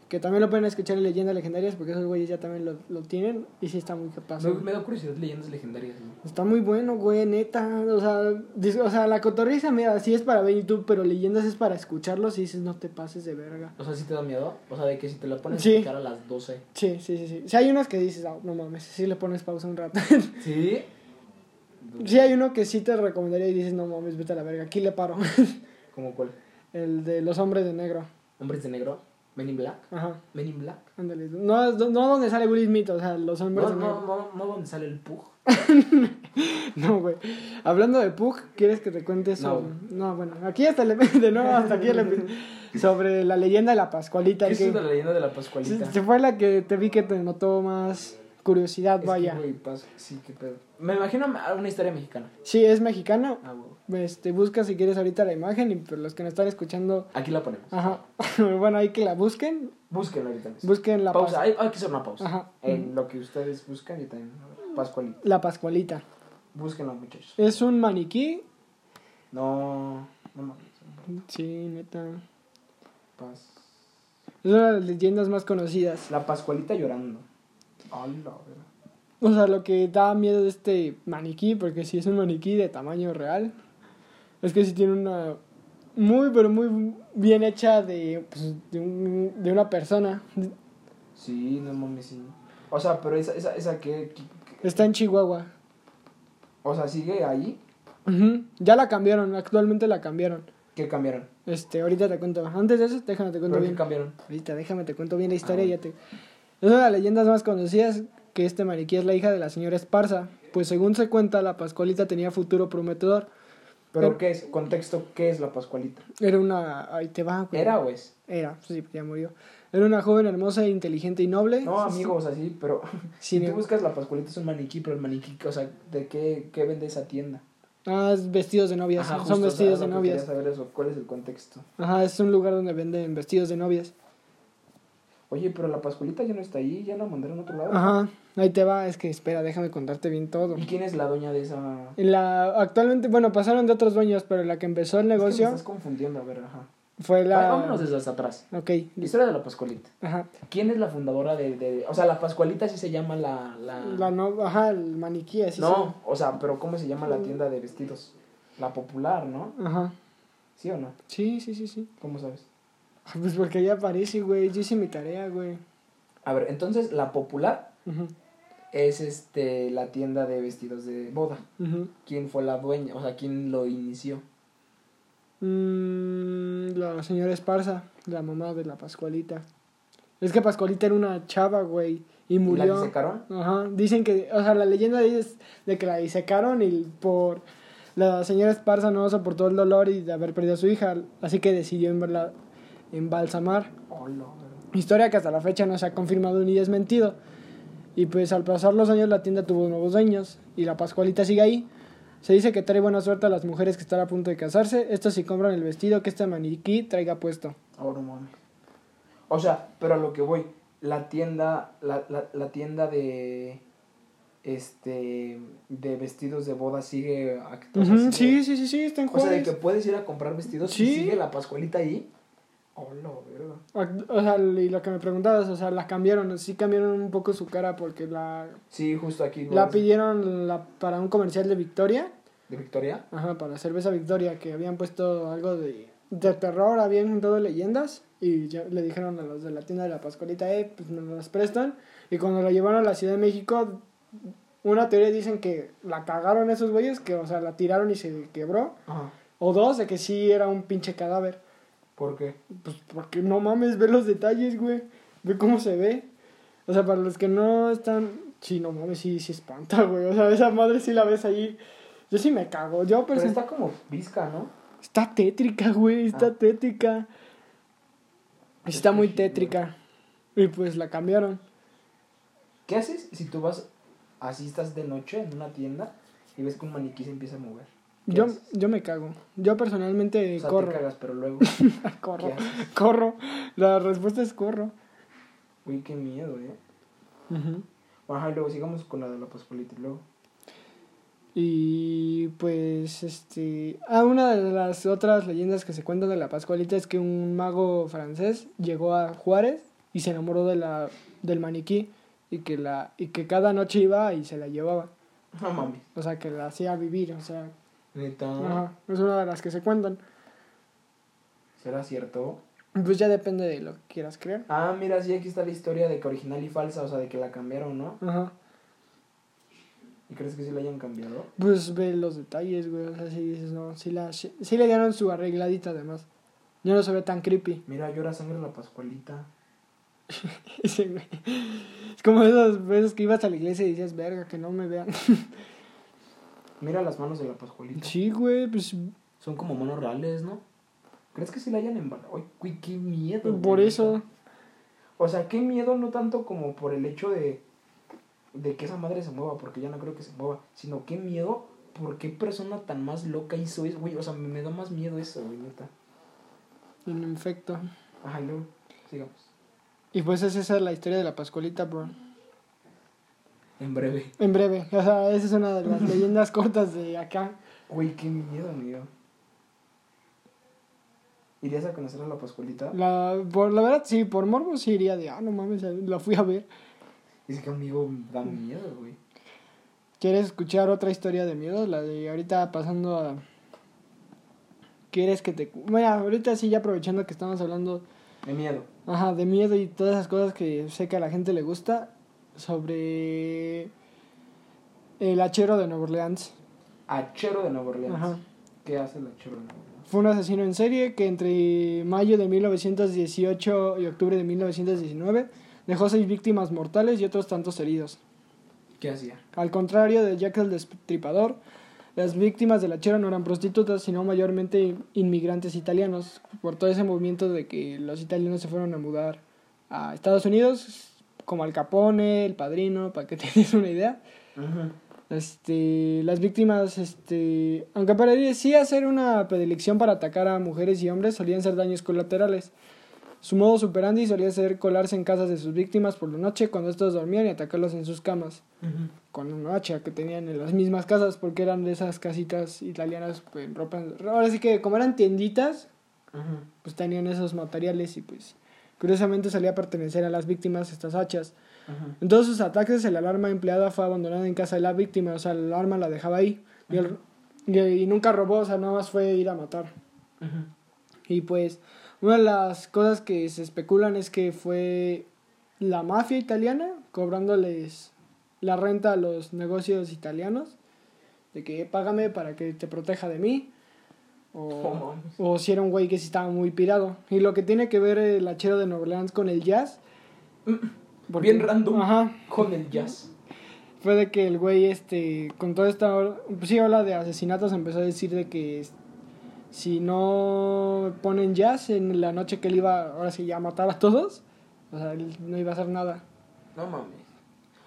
Que también lo pueden escuchar en Leyendas Legendarias porque esos güeyes ya también lo, lo tienen y sí está muy capaz. Me, güey. me da curiosidad leyendas legendarias, ¿no? Está muy bueno, güey, neta. O sea, dis- o sea la cotorriza, mira, sí es para ver YouTube, pero Leyendas es para escucharlos y dices, no te pases de verga. O sea, ¿sí te da miedo? O sea, de que si te la pones Sí. a escuchar a las 12. Sí, sí, sí, sí. Sí hay unas que dices, "Ah, no mames, sí le pones pausa un rato. ¿Sí? sí hay uno que sí te recomendaría y dices, no mames, vete a la verga, aquí le paro. ¿Cómo cuál? El de los hombres de negro. ¿Hombres de negro? Men in Black. Ajá, Men in Black. ándale. No, no no donde sale Will Smith, o sea, los hombres. No, de no, negro. no, no donde sale el Pug. No, güey. Hablando de Pug, ¿quieres que te cuente sobre. No. No, bueno, aquí hasta el... de nuevo, hasta aquí el epi- Sobre la leyenda de la Pascualita. ¿Qué es que- eso de la leyenda de la Se, Pascualita? se fue la que te vi que te notó más curiosidad, Es que, vaya. güey, pas- sí, qué pedo. Me imagino a- una historia mexicana. Sí, es mexicana. Ah, huevo. Este, busca si quieres ahorita la imagen y por los que nos están escuchando, Aquí la ponemos. ajá. bueno, ahí que la busquen, Búsquenla ahorita. mismo. busquen la pausa. pas- Hay, hay que hacer una pausa. Ajá. En lo que ustedes buscan y también a ver, Pascualita. la Pascualita. Búsquenla, muchachos. Es un maniquí. No, no mames. Sí, neta. Pas- Es una de las leyendas más conocidas. La Pascualita llorando. Hola, güey. O sea, lo que da miedo de este maniquí, porque si es un maniquí de tamaño real, es que si tiene una muy, pero muy bien hecha de, pues, de, un- de una persona. Sí, no mames, sí. O sea, pero esa, esa, esa que, que- que- Está en Chihuahua. O sea, sigue ahí. Ujú. Ya la cambiaron, actualmente la cambiaron. ¿Qué cambiaron? Este, ahorita te cuento. Antes de eso, déjame te cuento ¿Pero qué bien. cambiaron? Ahorita déjame te cuento bien la historia y Ah, bueno. ya te. Es una de las leyendas más conocidas que este maniquí es la hija de la señora Esparza. Pues según se cuenta, la Pascualita tenía futuro prometedor. ¿Pero Pero- qué es? Contexto, ¿qué es la Pascualita? Era una. Ahí te va, güey. ¿Era o es? Era, sí, ya murió. Era una joven hermosa, inteligente y noble. em- No, amigos, así, pero. Sí, si tú no. buscas la Pascualita, es un maniquí, pero el maniquí, o sea, ¿de qué, qué vende esa tienda? Ah, es vestidos de novias. Ajá, justo, Son vestidos o sea, de lo que novias. Quería saber eso, ¿cuál es el contexto? Ajá, es un lugar donde venden vestidos de novias. Oye, pero la Pascualita ya no está ahí, ya la mandaron a otro lado. Ajá, ahí te va. Es que espera, déjame contarte bien todo. ¿Y quién es la dueña de esa.? En La, actualmente, bueno, pasaron de otros dueños, pero la que empezó el Es que me negocio estás confundiendo, a ver, ajá. fue la... Vámonos desde hasta atrás. Ok, La historia de la Pascualita. ajá. ¿Quién es la fundadora de, de- O sea, la Pascualita sí se llama la... la- La no, ajá, el maniquí, así Ah. no, o sea, pero ¿cómo se llama la tienda de vestidos? La popular, ¿no? se- Ajá. ¿Sí o no? Sí, sí, sí, sí. ¿Cómo sabes? Ah, Pues porque ahí aparece, güey. Yo hice mi tarea, güey. A ver, entonces la popular Ujú, es este la tienda de vestidos de boda. ujú. ¿Quién fue la dueña? O sea, ¿quién lo inició? Mm, la señora Esparza, la mamá de la Pascualita. Es que Pascualita era una chava, güey, y ¿Y ¿La murió. disecaron? Ajá, dicen que, o sea, la leyenda dice de que la disecaron y por la señora Esparza no soportó el dolor y de haber perdido a su hija, así que decidió embalsamar. embalsamar. Hola. Historia que hasta la fecha no se ha confirmado ni desmentido. Y pues al pasar los años la tienda tuvo nuevos dueños y la Pascualita sigue ahí. Se dice que trae buena suerte a las mujeres que están a punto de casarse, esto si compran el vestido que este maniquí traiga puesto. Ahora mames. O sea, pero a lo que voy, la tienda, la, la, la tienda de este de vestidos de boda sigue act- o sea, Ujú, sigue- sí, sí, sí, sí, está en O sea, de Juárez. que puedes ir a comprar vestidos y Sí. sigue la Pascualita ahí. Hola, verga. Ac- O sea, y lo que me preguntabas, o sea, la cambiaron, sí cambiaron un poco su cara porque la, Sí, justo aquí. güey, la pidieron la- para un comercial de Victoria, ¿De Victoria? ajá, para cerveza Victoria, que habían puesto algo de, de terror, habían juntado leyendas y ya le dijeron a los de la tienda de la Pascualita, eh, pues nos las prestan. Y cuando la llevaron a la Ciudad de México, una teoría dicen que la cagaron esos güeyes, que, o sea, la tiraron y se quebró. Ajá. O dos, de que sí era un pinche cadáver. ¿Por qué? Pues porque no mames, ve los detalles, güey. Ve cómo se ve. O sea, para los que no están. Sí, no mames, sí, sí espanta, güey. O sea, esa madre sí la ves ahí. Yo Pues sí me cago. Yo, Pero pero. está como visca, ¿no? Está tétrica, güey. Está Ah. tétrica. Está muy que sí, güey. tétrica. Y pues la cambiaron. ¿Qué haces si tú vas, así estás de noche en una tienda y ves que un maniquí se empieza a mover? ¿Qué Yo, haces? yo me cago. Yo personalmente O sea, te corro. cagas, pero luego, corro. ¿qué haces? Corro. La respuesta es corro. Uy, qué miedo, ¿eh? Ujú. Bueno, ajá, y luego sigamos con la de la pospolita y luego. Y pues, este. Ah, una de las otras leyendas que se cuentan de la Pascualita es que un mago francés llegó a Juárez y se enamoró de la, del maniquí y que, la, y que cada noche iba y se la llevaba. No mames. O sea, que la hacía vivir, o sea. Neta. ajá, es una de las que se cuentan. ¿Será cierto? Pues ya depende de lo que quieras creer. Ah, mira, sí, aquí está la historia de que original y falsa, o sea, de que la cambiaron, ¿no? Ajá. ¿Y crees que sí la hayan cambiado? Pues ve los detalles, güey. O sea, sí dices, no. Sí, la, sí le dieron su arregladita, además. Yo no se ve tan creepy. Mira, llora sangre la Pascualita. Ese güey. Es como esas veces que ibas a la iglesia y decías, verga, que no me vean. Mira las manos de la Pascualita. Sí, güey, pues Son como manos reales, ¿no? ¿Crees que si la hayan embarrado? Ay, güey, qué miedo. güey, Pues, por neta. eso. O sea, qué miedo no tanto como por el hecho de, de que esa madre se mueva, porque ya no creo que se mueva, sino qué miedo por qué persona tan más loca hizo eso, güey. O sea, me, me da más miedo eso, güey, neta. En efecto. Ajá, y luego, sigamos. Y pues es esa la historia de la Pascualita, bro. En breve. En breve, o sea, esa es una de las leyendas cortas de acá. Güey, qué miedo, amigo. ¿Irías a conocer a la Pascualita? La, por, la verdad, sí, por morbo sí iría de, ah, no mames, la fui a ver. Es que, amigo, da miedo, güey. ¿Quieres escuchar otra historia de miedo? La de ahorita pasando a... ¿Quieres que te... cu- Mira, ahorita sí, ya aprovechando que estamos hablando, De miedo. ajá, de miedo y todas esas cosas que sé que a la gente le gusta, sobre el hachero de Nueva Orleans. Achero de Nueva Orleans. Ajá. ¿Qué hace el achero de Nueva Orleans? Fue un asesino en serie que entre mayo de 1918 y octubre de 1919 dejó seis víctimas mortales y otros tantos heridos. ¿Qué hacía? Al contrario de Jack el Destripador, las víctimas del hachero no eran prostitutas, sino mayormente inmigrantes italianos, por todo ese movimiento de que los italianos se fueron a mudar a Estados Unidos, como Al Capone, El Padrino, para que te des una idea. Ajá. Este, las víctimas, este, aunque parecía ser una predilección para atacar a mujeres y hombres, solían ser daños colaterales. Su modo superandi solía ser colarse en casas de sus víctimas por la noche cuando estos dormían y atacarlos en sus camas con una hacha que tenían en las mismas casas porque eran de esas casitas italianas pues, en ropa. Ahora sí que como eran tienditas, Ajá. pues tenían esos materiales y pues curiosamente salía a pertenecer a las víctimas estas hachas. Ajá. En todos sus ataques, el alarma empleada fue abandonada en casa de la víctima, o sea, el alarma la dejaba ahí. Y, el- y- y nunca robó, o sea, nada más fue ir a matar. Ajá. Y pues, una de las cosas que se especulan es que fue la mafia italiana cobrándoles la renta a los negocios italianos, de que págame para que te proteja de mí. O, Oh, mames. o si era un güey que sí estaba muy pirado. Y lo que tiene que ver el hachero de Nueva Orleans con el jazz. Mm, Bien random. Ajá. Con el jazz. Fue de que el güey, este, con toda esta hor- pues sí, ola de asesinatos, empezó a decir de que es- si no ponen jazz en la noche que él iba, ahora sí, ya a matar a todos, o sea, él no iba a hacer nada. No mames.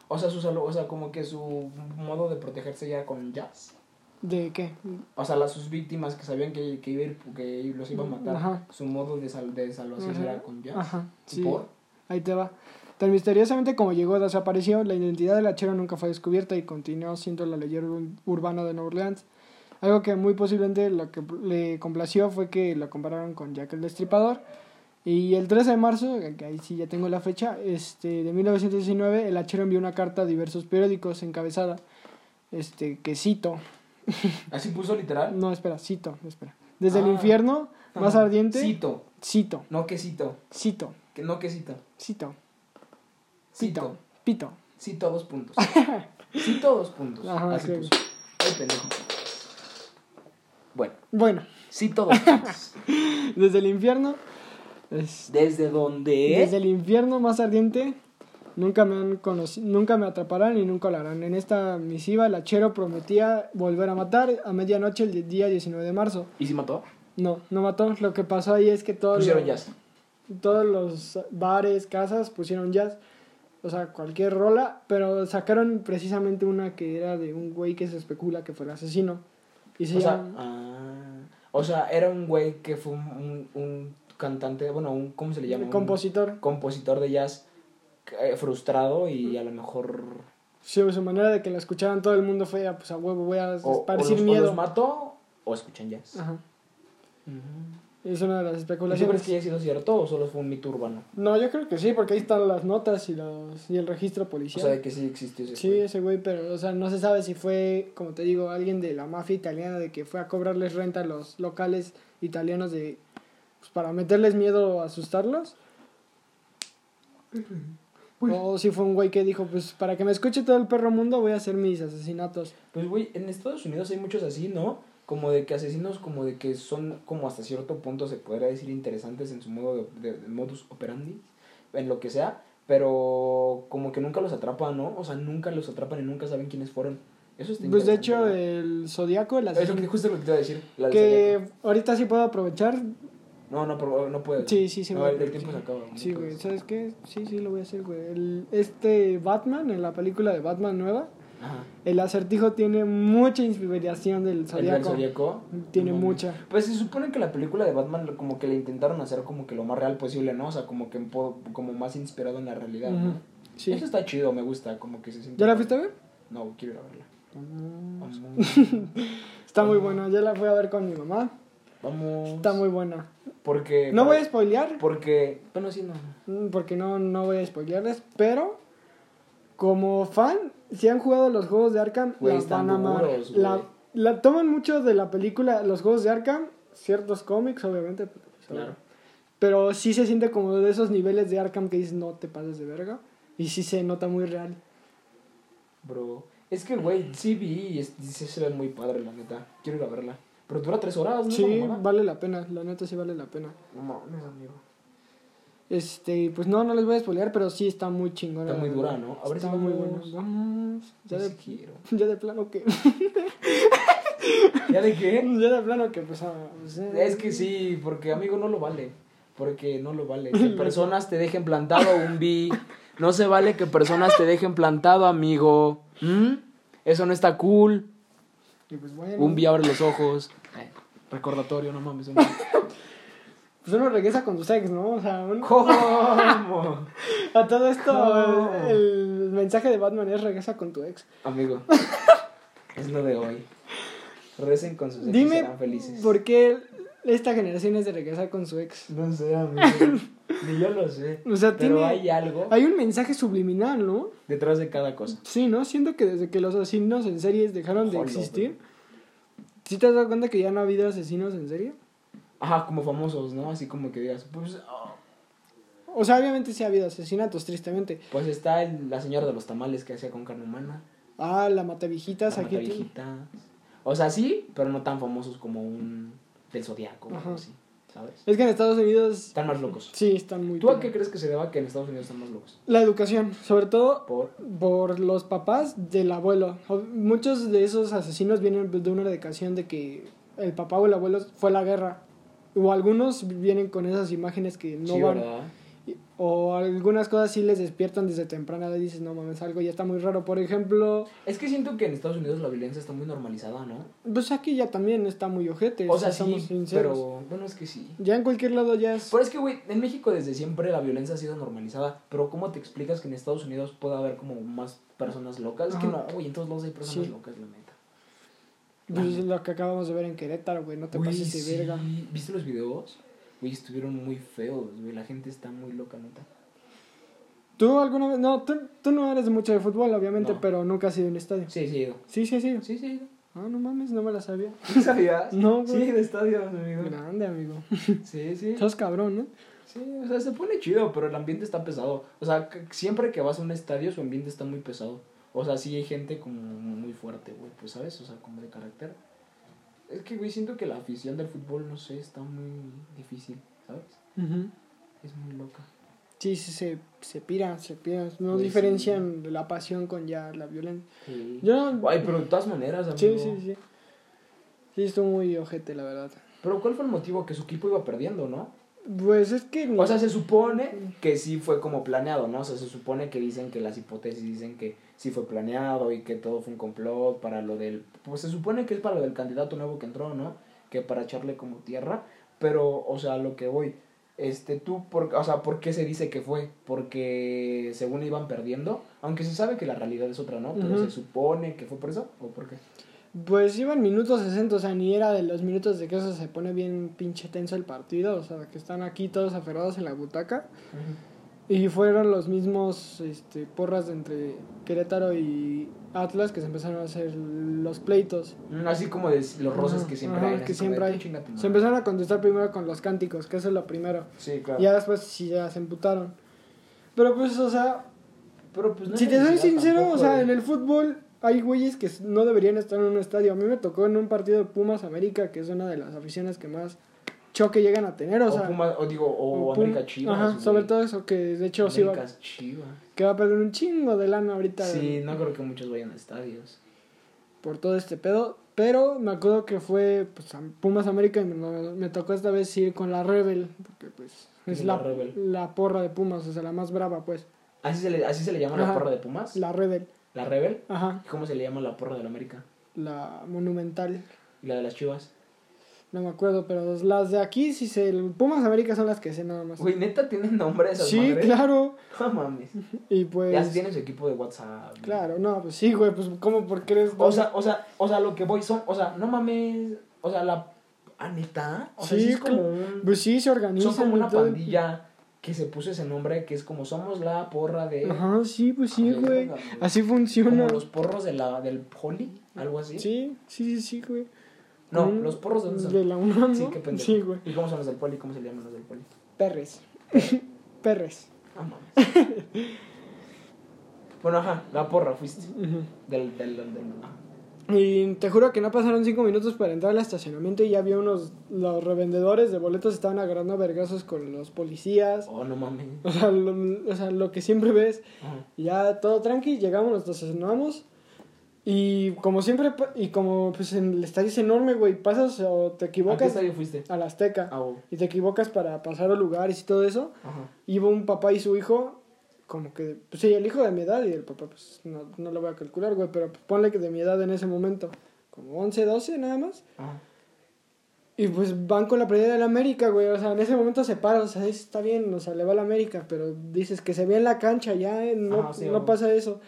O sea, su salud, o sea, como que su modo de protegerse ya con jazz. ¿De qué? O sea, las sus víctimas que sabían que, que iba a ir, que los iba a matar, Ajá. su modo de, sal, de salvación Ajá. era con jazz. Ajá, sí. ¿Por? Ahí te va. Tan misteriosamente como llegó, desapareció, la identidad del hachero nunca fue descubierta y continuó siendo la leyenda ur- urbana de Nueva Orleans. Algo que muy posiblemente lo que le complació fue que lo compararon con Jack el Destripador. Y el 13 de marzo, que ahí sí ya tengo la fecha, este, de 1919, el hachero envió una carta a diversos periódicos encabezada, este, que cito, Así puso literal. no, espera, cito, espera. Desde el Ah. infierno, más Ajá. ardiente, Cito. cito, No quesito. cito, Que, no quesito. cito, Cito. cito, pito. Cito dos puntos. Cito dos puntos. Ajá, Así sí. puso. Ay, pendejo. Bueno, Bueno, cito dos puntos. desde el infierno. es- ¿Desde dónde? Desde el infierno más ardiente. Nunca me, han conoci- nunca me atraparán y nunca hablarán. En esta misiva, el hachero prometía volver a matar a medianoche el día 19 de marzo. ¿Y si mató? No, no mató. Lo que pasó ahí es que todos, Pusieron los, jazz. todos los bares, casas pusieron jazz. O sea, cualquier rola. Pero sacaron precisamente una que era de un güey que se especula que fue el asesino. Y se O sea, llama- ah, o sea, era un güey que fue un, un- un cantante, bueno, un, ¿cómo se le llama? Un compositor. compositor de jazz eh, frustrado y a lo mejor... Sí, su manera de que la escucharan todo el mundo fue, ah, pues a huevo, voy a O, o esparcir los, o miedo. los mató o escuchan jazz. Ajá. Ujú. Es una de las ¿Y tú crees especulaciones. que haya sido cierto o solo fue un mito urbano? No, yo creo que sí, porque ahí están las notas y, los, y el registro O policial. sea, de que sí existió ese sí, güey. ese güey, pero, o sea, no se sabe si fue, como te digo, alguien de la mafia italiana de que fue a cobrarles renta a los locales italianos de, pues, para meterles miedo o asustarlos. O si fue un güey que dijo, pues, para que me escuche todo el perro mundo voy a hacer mis asesinatos. Pues, güey, en Estados Unidos hay muchos así, ¿no? como de que asesinos como de que son como hasta cierto punto se podría decir interesantes en su modo de, de- de modus operandi en lo que sea pero como que nunca los atrapan no o sea nunca los atrapan y nunca saben quiénes fueron eso está Pues de interesante, hecho, ¿no? el Zodíaco, el es lo que asesino, justo lo que te iba a decir la del que Zodíaco. ahorita sí puedo aprovechar. no no pero no puedo Sí, sí, sí. no, güey, el, el porque- tiempo se acaba no Sí, güey, puedes. ¿sabes qué? Sí, sí, lo voy a hacer, güey. El- Este Batman, en la película de Batman nueva, Ajá. el acertijo tiene mucha inspiración del el del Zodíaco. Zodíaco Tiene no, mucha. Pues se supone que la película de Batman lo- como que le intentaron hacer como que lo más real posible, ¿no? O sea, como que un po- como más inspirado en la realidad, ¿no? Ujú, Sí. Eso está chido, me gusta, como que se siente... ¿Ya la fuiste a ver? No, quiero ir a verla. Está Ah. muy buena, yo la fui a ver con mi mamá. Vamos. Está muy buena. Porque... No voy a spoilear, Porque... Bueno, sí, no. mm, porque no, no voy a spoilearles, pero como fan, si han jugado los juegos de Arkham, Güey, las están van a amar. duros, güey. la, la- toman mucho de la película, los juegos de Arkham, ciertos cómics, obviamente. Claro. Pero sí se siente como de esos niveles de Arkham que dices, no te pases de verga. Y sí se nota muy real. Bro. Es que, güey, sí vi y es- sí se ve muy padre, la neta. Quiero ir a verla. Pero dura tres horas, ¿no? Sí, Esa mamada. vale la pena, la neta sí vale la pena. No mames, amigo. Este, pues no, no les voy a spoilear, pero sí está muy chingona. Está muy dura, ¿no? A ver está si muy vamos. buena. Vamos. Ya Sí, de, sí quiero. ya de plano que. ¿Ya de qué? Ya de plano que, pues. ah, pues, eh. Es que sí, porque amigo no lo vale. Porque no lo vale. Que personas te dejen plantado, un B. No se vale que personas te dejen plantado, amigo. ¿Mm? Eso no está cool. Y pues bueno. Un B abre los ojos. Eh, Recordatorio, no mames. Umbi. Pues uno regresa con sus ex, ¿no? O sea, uno- ¿Cómo? a todo esto, ¿Cómo? el mensaje de Batman es regresa con tu ex. Amigo, es lo de hoy. Recen con sus ex y Dime, serán felices. ¿por qué esta generación es de regresar con su ex? No sé, amigo. Ni yo lo sé. O sea, Pero tiene- hay algo Hay un mensaje subliminal, ¿no? detrás de cada cosa. Sí, ¿no? Siento que desde que los asesinos en series dejaron de Jolo, existir, ¿sí te has dado cuenta que ya no ha habido asesinos en serie? Ajá, como famosos, ¿no? Así como que digas, pues, ah, O sea, obviamente sí ha habido asesinatos, tristemente. Pues está el- la señora de los tamales que hacía con carne humana. Ah, la matavijitas la aquí. te- Mataviejitas. O sea, sí, pero no tan famosos como un del Zodíaco o algo Ajá. así, ¿sabes? Es que en Estados Unidos Están más locos. sí están muy... ¿Tú a pegados. qué crees que se deba que en Estados Unidos están más locos? La educación, sobre todo Por... por los papás del abuelo. O- Muchos de esos asesinos vienen de una educación de que el papá o el abuelo fue a la guerra. O algunos vienen con esas imágenes que no sí, van. ¿verdad? Y- O algunas cosas sí les despiertan desde temprana edad y dices, no mames, algo ya está muy raro. Por ejemplo, Es que siento que en Estados Unidos la violencia está muy normalizada, ¿no? pues aquí ya también está muy ojete. O sea, si somos sí, sinceros. pero... Pues, Bueno, es que sí. Ya en cualquier lado ya es... Pero es que, güey, en México desde siempre la violencia ha sido normalizada. Pero ¿cómo te explicas que en Estados Unidos pueda haber como más personas locas? Es que no, Ajá. güey, en todos lados hay personas Sí. locas, la neta. Pues es lo que acabamos de ver en Querétaro, güey, no te Güey, pases de sí. verga. ¿Viste los videos? Güey, estuvieron muy feos, güey. La gente está muy loca, neta. Tú alguna vez... No, tú, tú no eres mucho de fútbol, obviamente, No. pero nunca has ido a un estadio. Sí, sí, he ido. Sí, sí, sí. Sí, sí, he ido. Ah, no mames, no me la sabía. ¿Sí sabías? No, Sí, güey. de estadios, amigo. Grande, amigo. Sí, sí. Sos cabrón, ¿eh? ¿no? Sí, o sea, se pone chido, pero el ambiente está pesado. O sea, c- siempre que vas a un estadio, su ambiente está muy pesado. O sea, sí hay gente como muy fuerte, güey, pues, ¿sabes? O sea, como de carácter. Es que, güey, siento que la afición del fútbol, no sé, está muy difícil, ¿sabes? Es muy loca. Sí, sí, se, se pira, se pira. No Güey, sí. diferencian la pasión con ya la violencia. Sí. Yo no... Ay, pero de todas maneras, amigo. Sí, sí, sí. Sí, estuvo muy ojete, la verdad. Pero ¿cuál fue el motivo que su equipo iba perdiendo, no? Pues es que... O sea, se supone que sí fue como planeado, ¿no? O sea, se supone que dicen que las hipótesis dicen que sí fue planeado y que todo fue un complot para lo del... Pues se supone que es para lo del candidato nuevo que entró, ¿no? Que para echarle como tierra. Pero, o sea, lo que voy... Este, tú, por, o sea, ¿por qué se dice que fue? Porque según iban perdiendo, aunque se sabe que la realidad es otra, ¿no? Pero Ujú. se supone que fue por eso, ¿o por qué? Pues iban minutos 60, o sea, ni era de los minutos de que eso se pone bien pinche tenso el partido, o sea, que están aquí todos aferrados en la butaca. Y fueron los mismos este, porras de entre Querétaro y Atlas que se empezaron a hacer los pleitos. Mm, Así como de los roces que siempre Ajá, hay. que así como de, siempre hay. "Tú chinga tu madre". Se empezaron a contestar primero con los cánticos, que eso es lo primero. Sí, claro. Y ya después sí ya se emputaron. Pero pues, o sea, Pero pues no hay si te soy necesidad sincero, o tampoco eh. sea, de- en el fútbol hay güeyes que no deberían estar en un estadio. A mí me tocó en un partido de Pumas América, que es una de las aficiones que más choque llegan a tener. O, O, sea, Pumas- o digo, o, o Pum- América Chivas. Ajá, güey. sobre todo eso, que de hecho sí va, América Chivas. que va a perder un chingo de lana ahorita Sí, no creo que muchos vayan a estadios. por todo este pedo. Pero me acuerdo que fue pues, a Pumas América y me, me tocó esta vez ir con la Rebel, porque pues es La la, Rebel. la porra de Pumas, o sea, la más brava pues, ¿Así se le, así se le llama la Ajá. porra de Pumas? La, la Rebel, Rebel. ajá, ¿Y ¿Cómo se le llama la porra de la América? la monumental. ¿Y la de las Chivas? No me acuerdo, pero las de aquí, si se. Pumas América son las que sé nada más. Güey, neta tienen nombre esas Pues sí, madres? claro. No mames. Y Ya sí pues. tienen su equipo de WhatsApp. güey. Claro, no, pues sí, güey, pues ¿cómo por qué eres.? O sea, o sea, o sea, lo que voy son, o sea, no mames, o sea, la ah, neta, o sea, Sí, sí es como cl- un- pues sí, se organizan. son como y una todo el- pandilla que se puso ese nombre que es como somos la porra de Ajá, sí, pues sí, Verga, güey. güey. Así ¿eh? como funciona. los porros de la del Poli, algo así. Sí, sí, sí, sí, güey. No, Mm, los porros de dónde son? De la UNAM. Sí, ¿no? qué pendejo. Sí, güey. ¿Y cómo son los del Poli? ¿Cómo se le llaman los del Poli? Perres. Perres. Ah, mames. bueno, ajá, la porra fuiste Ujú. del del del, del- ah. Y te juro que no pasaron cinco minutos para entrar al estacionamiento y ya había unos. Los revendedores de boletos estaban agarrando a vergazos con los policías. Oh, no mames. O sea, lo, o sea, lo que siempre ves, Ajá. ya todo tranqui, llegamos, nos estacionamos. Y como siempre, pa- y como pues en el estadio es enorme, güey, pasas o te ¿A qué equivocas estadio fuiste? a la Azteca Ah, oh. y te equivocas para pasar a lugares y todo eso. Ajá. Iba un papá y su hijo, como que, pues sí, el hijo de mi edad y el papá, pues no, no lo voy a calcular, güey, pero pues, ponle que de mi edad en ese momento, como 11, 12 nada más. Ajá. Y pues van con la playera de la América, güey. O sea, en ese momento se para, o sea, dices, está bien, o sea, le va a la América, pero dices que se ve en la cancha, ya eh, no, Ah, sí, no güey. pasa eso.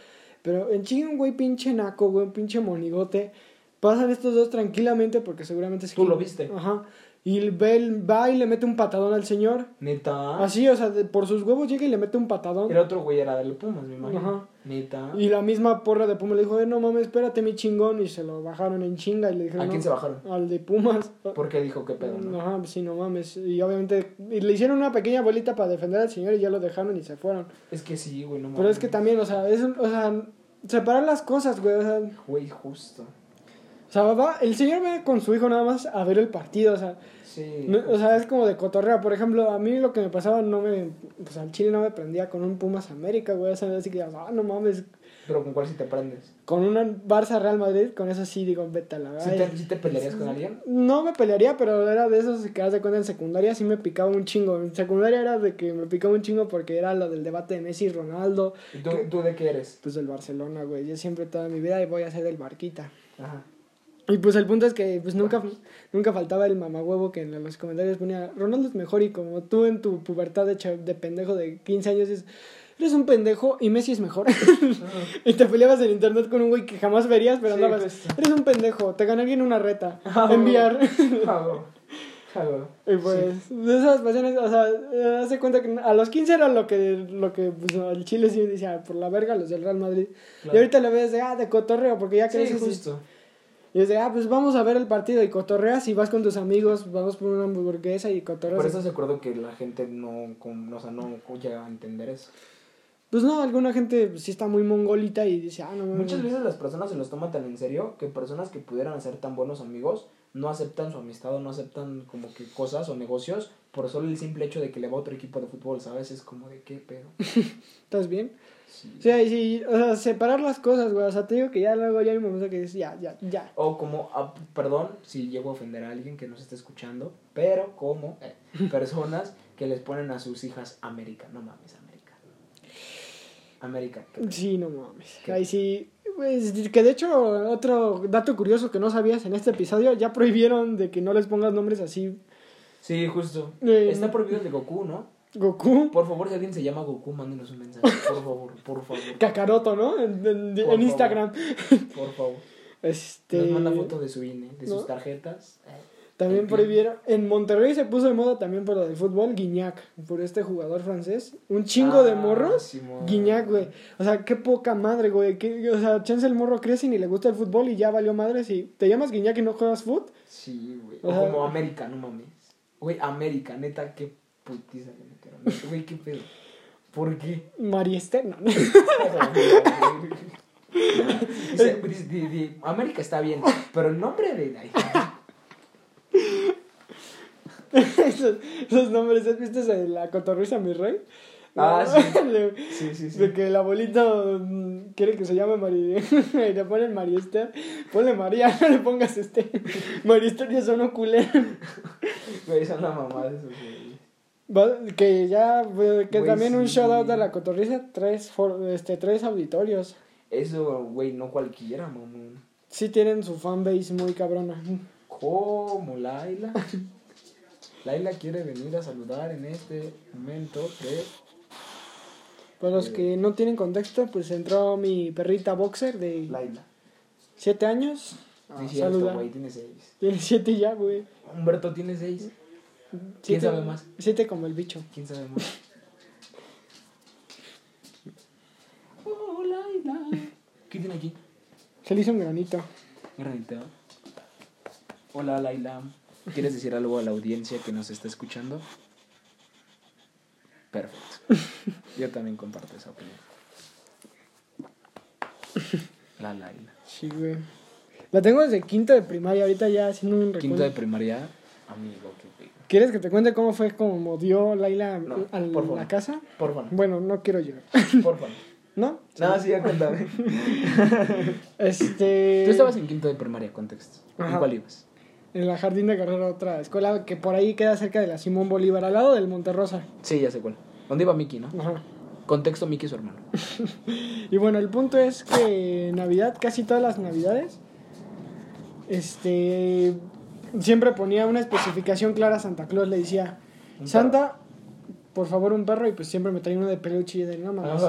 Pero en chinga un güey pinche naco, güey, un pinche monigote. Pasan estos dos tranquilamente porque seguramente se ¿Tú lo viste? Ajá. Y ve el- va y le mete un patadón al señor. Neta. Así, Ah, o sea, de- por sus huevos llega y le mete un patadón. El otro güey era del Pumas, me imagino. Ajá. Neta. Y la misma porra de Puma le dijo, eh, no mames, espérate mi chingón. Y se lo bajaron en chinga y le dijeron, ¿A quién "No, se bajaron? Al de Pumas. Porque dijo que pedo, ¿no? Ajá, sí, no mames. Y obviamente y le hicieron una pequeña bolita para defender al señor y ya lo dejaron y se fueron. Es que sí, güey, no Pero es mames. que también, o sea, es, un- o sea, separar las cosas, güey. O sea, o Güey, justo. sea, va- el señor va con su hijo nada más a ver el partido, o sea, Sí. no- o sea, es como de cotorrea. Por ejemplo, a mí lo que me pasaba no me, pues al Chile no me prendía con un Pumas América, güey. O sea, así que, ah, no mames, Pero con cuál si te prendes. con una Barça Real Madrid, con eso sí digo, vete a la ¿Sí verga. te, sí te pelearías con alguien? No me pelearía, pero era de esos que haz de cuenta en secundaria sí me picaba un chingo. En secundaria era de que me picaba un chingo porque era lo del debate de Messi y Ronaldo. ¿Y tú, tú de qué eres? Pues del Barcelona, güey. Yo siempre toda mi vida voy a ser del Barquita. Ajá. Y pues el punto es que pues nunca, nunca faltaba el mamagüevo que en los comentarios ponía Ronaldo es mejor y como tú en tu pubertad de, cha- de pendejo de 15 años dices, eres un pendejo y Messi es mejor. Ah, y te peleabas en internet con un güey que jamás verías, pero Sí, andabas, pues. eres un pendejo, te ganaría en una reta, Ah, bueno. enviar. Jago. Jago. Y pues, de esas pasiones, o sea, eh, hace cuenta que a los 15 era lo que, lo que pues, el Chile sí decía, "Ah, por la verga, los del Real Madrid. Claro. Y ahorita lo ves de, ah, de cotorreo, porque ya Sí, creces. y- justo. y es de, ah, pues vamos a ver el partido y cotorreas y vas con tus amigos, vamos por una hamburguesa y Por cotorreas. eso se acuerdo que la gente no, con- o sea, no llega a entender eso. Pues no, alguna gente pues, sí está muy mongolita y dice, ah, no, no, Muchas no". veces las personas se los toman tan en serio que personas que pudieran ser tan buenos amigos no aceptan su amistad o no aceptan como que cosas o negocios por solo el simple hecho de que le va a otro equipo de fútbol, ¿sabes? Es como de qué pedo. ¿Estás bien? Sí. O sea, y sí, o sea, separar las cosas, güey. O sea, te digo que ya luego ya hay un momento que dices, ya, ya, ya. O como, ah, perdón si llego a ofender a alguien que nos esté escuchando, pero como eh, personas que les ponen a sus hijas América. No mames, América. América. qué pedo. Sí, no mames. ¿Qué? Ahí sí. Pues, que de hecho, otro dato curioso que no sabías en este episodio, ya prohibieron de que no les pongas nombres así. Sí, justo. Eh, Está prohibido el de Goku, ¿no? Goku, Por favor, si alguien se llama Goku, mándenos un mensaje. Por favor, por favor. Kakaroto, ¿no? En, en- Por en favor. Instagram. Por favor. Este... Nos manda fotos de su INE, de sus ¿no? tarjetas. Eh, También El prohibieron. En Monterrey se puso de moda también por lo del fútbol, Guiñac, por este jugador francés. Un chingo de ah, morros. Simón. Guiñac, güey. O sea, qué poca madre, güey. Qué- O sea, chance el morro crece y ni le gusta el fútbol y ya valió madre. Si te llamas Guiñac y no juegas fútbol, Sí, güey. O O sea- como América, no mames. Güey, América, neta, qué putiza le metieron. Güey, qué pedo. ¿Por qué? Mariester, no. Dice, dice- di- di- América está bien, pero el nombre de la hija. esos, esos nombres, ¿has visto esa de la cotorriza, mi rey? Ah, sí. De- Sí, sí, De que el abuelito mm, quiere que se llame María y le ponen María Esther. Ponle María, no le pongas Esther. María Esther ya sonó culero. Güey, son la mamá de esos güeyes. Va- Que ya, güey, que Güey, también un Pues sí. shout out a la cotorriza, tres, for- este, tres auditorios. Eso, güey, no cualquiera, mamón. Sí tienen su fanbase muy cabrona. Como Laila. Laila quiere venir a saludar en este momento que Para los que no tienen contexto, pues entró mi perrita boxer de Laila. 7 años. No a es cierto, saludar. güey, tiene seis. Tiene 7 ya, güey. Humberto tiene seis. Siete- sabe más? Siete como el bicho. ¿Quién sabe más? Oh, Laila. ¿Qué tiene aquí? Se le hizo un granito. Granito. Hola, Laila. ¿Quieres decir algo a la audiencia que nos está escuchando? Perfecto. Yo también comparto esa opinión. La Laila. Sí, güey. La tengo desde quinto de primaria, ahorita ya haciendo un Quinto de recuento. primaria, amigo. qué pe- ¿Quieres que te cuente cómo fue como dio Laila No, a por favor. la casa? Por favor, Bueno, no quiero llorar. por favor. Eh, ¿No? Nada, sí, ya cuéntame. Este. Tú estabas en quinto de primaria, contexto. Ajá. ¿En cuál ibas? en la Jardín de Guerrero, otra escuela que por ahí queda cerca de la Simón Bolívar, al lado del Monterrosa. Sí, ya sé cuál. ¿Dónde iba Miki, no? Ajá. Contexto Miki y su hermano. Y bueno, el punto es que Navidad, casi todas las Navidades, este. Siempre ponía una especificación clara a Santa Claus. Le decía, Un Santa, por favor, un perro. Y pues siempre me traía uno de peluche y de no mames.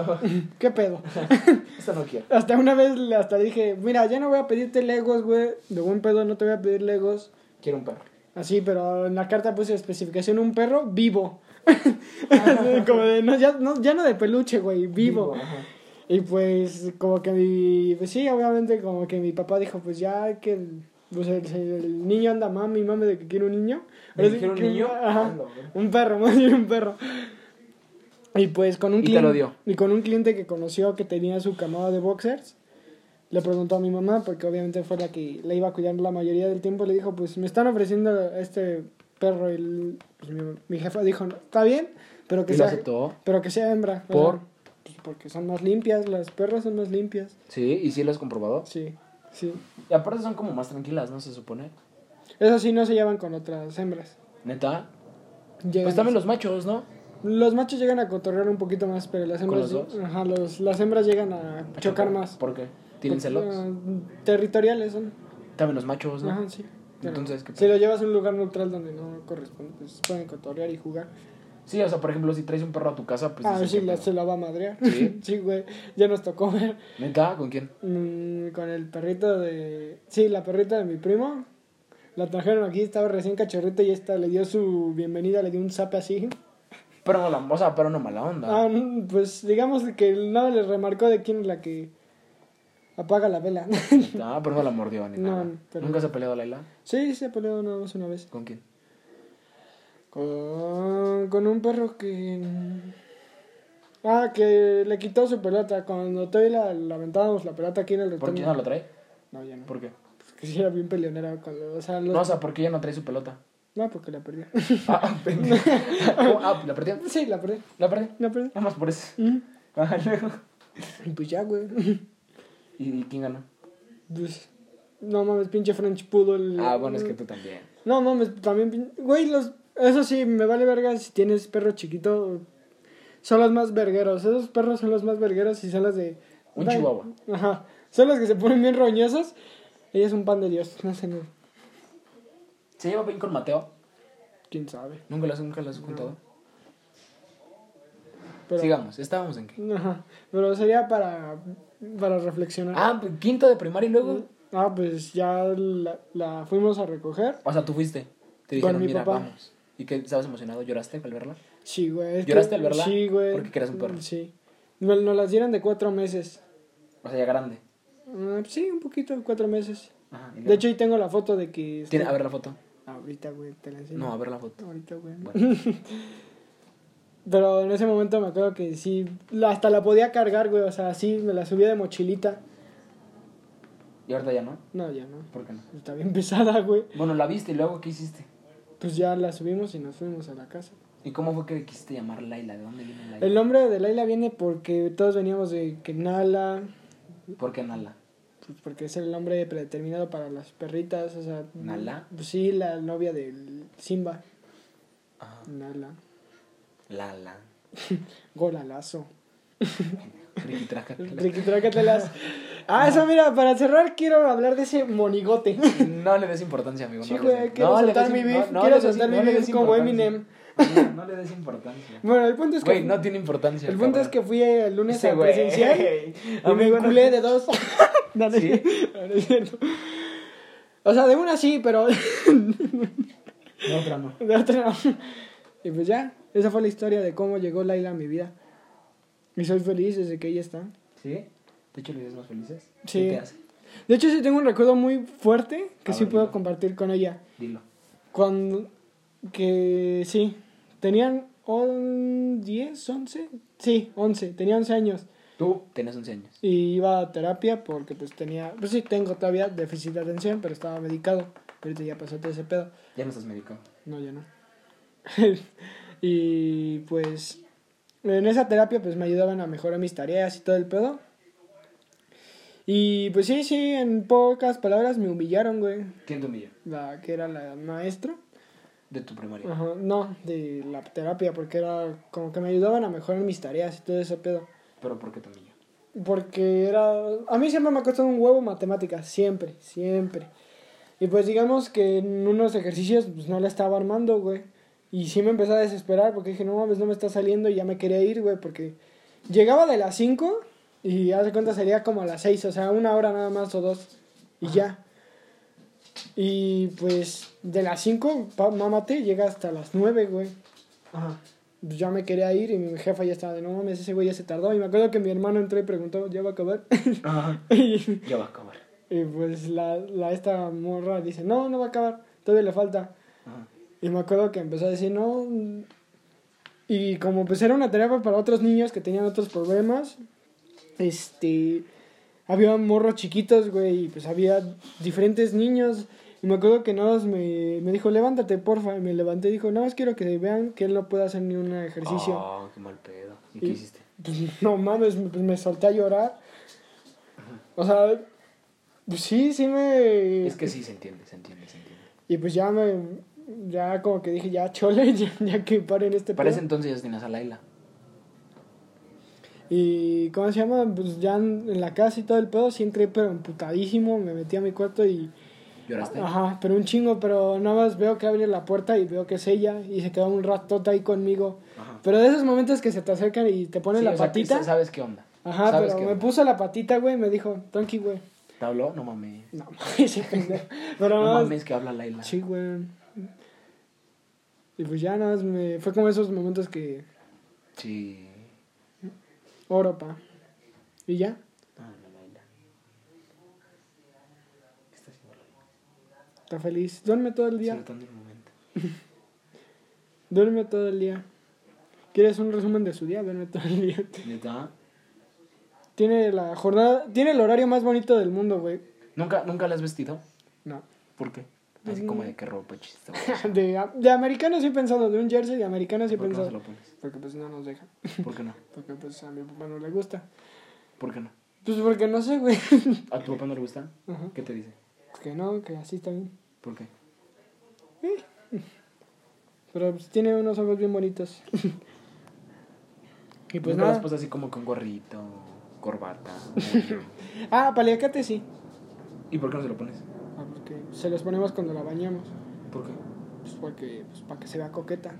¿Qué pedo? Ah, Esta no quiero. Hasta una vez le- hasta dije, mira, ya no voy a pedirte Legos, güey. De buen pedo no te voy a pedir Legos. Quiero un perro. Así, pero en la carta puse especificación un perro vivo. Así, como de, no, ya, no, ya no de peluche, güey, vivo. ajá. Y pues como que mi... Pues sí, obviamente como que mi papá dijo, pues ya que el, pues, el, el niño anda mami, mami de que quiere un niño. ¿De que Así quiere un que- niño? Ajá. Ah, la verga. un perro, más bien un perro. Y pues con un Y te lo clien- dio. Y con un cliente que conoció que tenía su camada de boxers, le preguntó a mi mamá, porque obviamente fue la que la iba a cuidar la mayoría del tiempo, le dijo, pues me están ofreciendo este perro. Y el- pues, mi, mi jefa dijo, está bien, pero que ¿Y lo sea... aceptó? Pero que sea hembra. o ¿Por? sea, pues, porque son más limpias, las perras son más limpias. Sí, ¿y sí lo has comprobado? Sí, sí. Y aparte son como más tranquilas, ¿no? Se supone. Eso sí, no se llevan con otras hembras. ¿Neta? Llegan Pues también los machos, ¿no? Los machos llegan a cotorrear un poquito más, pero las ¿Con hembras... los dos? Ajá, los- las hembras llegan a chocar más. Pues, ¿Por qué? ¿Tienen Porque, celos? ah, territoriales son. También los machos, ¿no? Ajá, sí. Pero Entonces, ¿qué Si lo llevas a un lugar neutral donde no corresponde, pues pueden cotorrear y jugar. Sí, o sea, por ejemplo, si traes un perro a tu casa, pues... ah, dices, sí, ¿qué la- pedo? se la va a madrear. Sí. sí, güey. Ya nos tocó ver. ¿Neta? ¿Con quién? Mm, con el perrito de. Sí, la perrita de mi primo. La trajeron aquí, estaba recién cachorrito y esta le dio su bienvenida, le dio un zape así. Pero no, la, o sea, pero no mala onda. Ah, no, pues digamos que nada le remarcó de quién es la que apaga la vela. ¿Neta? Ah, Pero no la mordió ni No, nada. no, pero- ¿Nunca se ha peleado Laila? sí, se peleó nada más una vez. ¿Con quién? Con, con un perro que. Ah, que le quitó su pelota. Cuando todavía la, la aventábamos la pelota aquí en el ¿Por qué rectángulo. no la trae? No, ya no. ¿Por qué? Porque sí era bien peleonera. Cuando, o sea, los- No, o sea, ¿por qué ella no trae su pelota? no, porque la perdió. Ah, pendejo. ¿Cómo? ah, ¿la perdió? sí, la perdió. ¿La perdió? La perdió. Nada más por eso. Mm, Ajá, luego. Pues ya, güey. ¿Y y quién ganó? Pues, no mames, pinche French Poodle. Ah, bueno, es que tú también. No mames, también. pin- Güey, los. Eso sí, me vale verga si tienes perro chiquito. Son los más vergueros. Esos perros son los más vergueros y son los de. Un chihuahua. Ajá. Son los que se ponen bien roñosos. Ella es un pan de Dios. No sé, no- ¿Se lleva bien con Mateo? quién sabe. Nunca las, nunca las he contado. Pero, Sigamos, estábamos en qué. Ajá. Pero sería para. Para reflexionar. Ah, pues, quinto de primaria y luego. Ah, pues ya la, la fuimos a recoger. O sea, tú fuiste. Te Con dijeron, mi mira, papá. vamos. ¿Y qué? ¿Estabas emocionado? ¿Lloraste al verla? Sí, güey. es que- ¿Lloraste al verla? Sí, güey. Porque querías un perro. Sí. Nos, nos las dieron de cuatro meses. O sea, ya grande. Ah, sí, un poquito, cuatro meses. Ajá, y luego. De hecho, ahí tengo la foto de que. está- ¿Tiene, a ver la foto. Ahorita, güey, te la enseño. No, a ver la foto. Ahorita, güey. Bueno. Pero en ese momento me acuerdo que sí, la- hasta la podía cargar, güey. O sea, sí, me la subía de mochilita. Y ahorita ya no. No, ya no. ¿Por qué no? Está bien pesada, güey. Bueno, la viste y luego, ¿qué hiciste? Pues ya la subimos y nos fuimos a la casa. ¿Y cómo fue que quisiste llamar Laila? ¿De dónde viene Laila? El nombre de Laila viene porque todos veníamos de Kenala, ¿Por qué Nala? pues porque es el nombre predeterminado para las perritas, o sea... ¿Nala? Pues sí, la novia del Simba. Ajá. Nala. Lala. Golalazo. Ricky Traca. Riquitrácatelas. Ah, eso mira, para cerrar quiero hablar de ese monigote. No le des importancia, amigo. Sí, no le güey, des- quiero no le soltar des- mi beef, no- no quiero le des- soltar mi no le beef des como importancia. Eminem. No, no le des importancia. Bueno, el punto es que... Güey, no tiene importancia. el punto es que cabrón. fui el lunes Ese a güey. presencial y me Amigo, no- culé de dos. No, no es ¿Sí? cierto, no es cierto. O sea, de una sí, pero No, otra no. De otra no. Y pues ya, esa fue la historia de cómo llegó Laila a mi vida. Y soy feliz desde que ella está. ¿Sí? ¿Te he hecho los días más felices? Sí. ¿Qué te hace? De hecho, sí tengo un recuerdo muy fuerte que A sí ver, puedo dilo. compartir con ella. Dilo. Cuando. que sí. Tenían on- 10, 11. Sí, 11. Tenía 11 años. Tú tenías 11 años. Y iba a terapia porque pues tenía. Pues sí, tengo todavía déficit de atención, pero estaba medicado. Ahorita ya pasó todo ese pedo. Ya no estás médico. No, ya no. y pues en esa terapia pues me ayudaban a mejorar mis tareas y todo el pedo. Y pues sí, sí, en pocas palabras me humillaron, güey. ¿Quién te humilló? La que era la maestra. De tu primaria. Ajá, no, de la terapia, porque era como que me ayudaban a mejorar mis tareas y todo ese pedo. Pero ¿por qué te humilló? Porque era... A mí siempre me ha costado un huevo matemáticas, siempre, siempre. Y pues digamos que en unos ejercicios pues no la estaba armando, güey. Y sí me empecé a desesperar porque dije, no mames, no me está saliendo y ya me quería ir, güey, porque llegaba de las 5 y hace cuenta sería como a las 6, o sea, una hora nada más o dos y ya. Y pues de las 5, mámate, llega hasta las 9, güey Ajá. pues ya me quería ir y mi jefa ya estaba de no mames, ese güey ya se tardó. Y me acuerdo que mi hermano entró y preguntó, ¿ya va a acabar? Ajá. y, Ya va a acabar. y pues la, la esta morra dice, no, no va a acabar, todavía le falta. Ajá. Y me acuerdo que empezó a decir, no. mm". Y como pues era una terapia para otros niños que tenían otros problemas, este, había morros chiquitos, güey, y pues había diferentes niños. Y me acuerdo que nada más me, me dijo, levántate, porfa. Y me levanté y dijo, no, más quiero que vean que él no puede hacer ni un ejercicio. Oh, qué mal pedo. ¿Y qué Y- hiciste? Pues, no mames, me- pues me solté a llorar. O sea, pues sí, sí me... Es que sí, se entiende, se entiende, se entiende. Y pues ya me... Ya como que dije, ya chole, ya, ya que paren este Para ese pedo. entonces ya tenías a Laila. Y ¿cómo se llama? Pues ya en, en la casa y todo el pedo, sí entré pero emputadísimo, me metí a mi cuarto y... ¿Lloraste? Ajá, pero un chingo, pero nada más veo que abre la puerta y veo que es ella y se quedó un ratota ahí conmigo. Ajá. Pero de esos momentos que se te acercan y te ponen Sí, la o sea, patita. sa- ¿Sabes qué onda? Ajá, ¿Sabes pero qué me onda? puso la patita, güey, y me dijo, tranqui, güey. ¿Te habló? No mames. No, ese pendejo. Pero No nada más- mames que habla Laila. Sí, güey. Y pues ya nada más me... Fue como esos momentos que... Sí. Oro, pa. Y ya. Ah, no, Laila. ¿Qué está haciendo Laila? Está feliz. Duerme todo el día. Disfrutando el momento. Duerme todo el día. ¿Quieres un resumen de su día? Duerme todo el día. ¿Neta? Tiene la jornada... Tiene el horario más bonito del mundo, güey. ¿Nunca, ¿Nunca la has vestido? No. ¿Por qué? Pues Así como de qué ropa chiste. De, de americano sí he pensado. De un jersey de americano sí he ¿Por qué no se pensado. lo pones? Porque pues no nos deja. ¿Por qué no? Porque pues a mi papá no le gusta. ¿Por qué no? Pues porque no sé, güey. ¿A tu papá no le gusta? Ajá. Pues, ¿Qué te dice? Que no, que así está bien. ¿Por qué? Pero pues, tiene unos ojos bien bonitos. y pues no las nada. pones así como con gorrito, corbata. Ah, paliacate sí. ¿Y por qué no se lo pones? Ah, porque se los ponemos cuando la bañamos. ¿Por qué? Pues porque, pues para que se vea coqueta.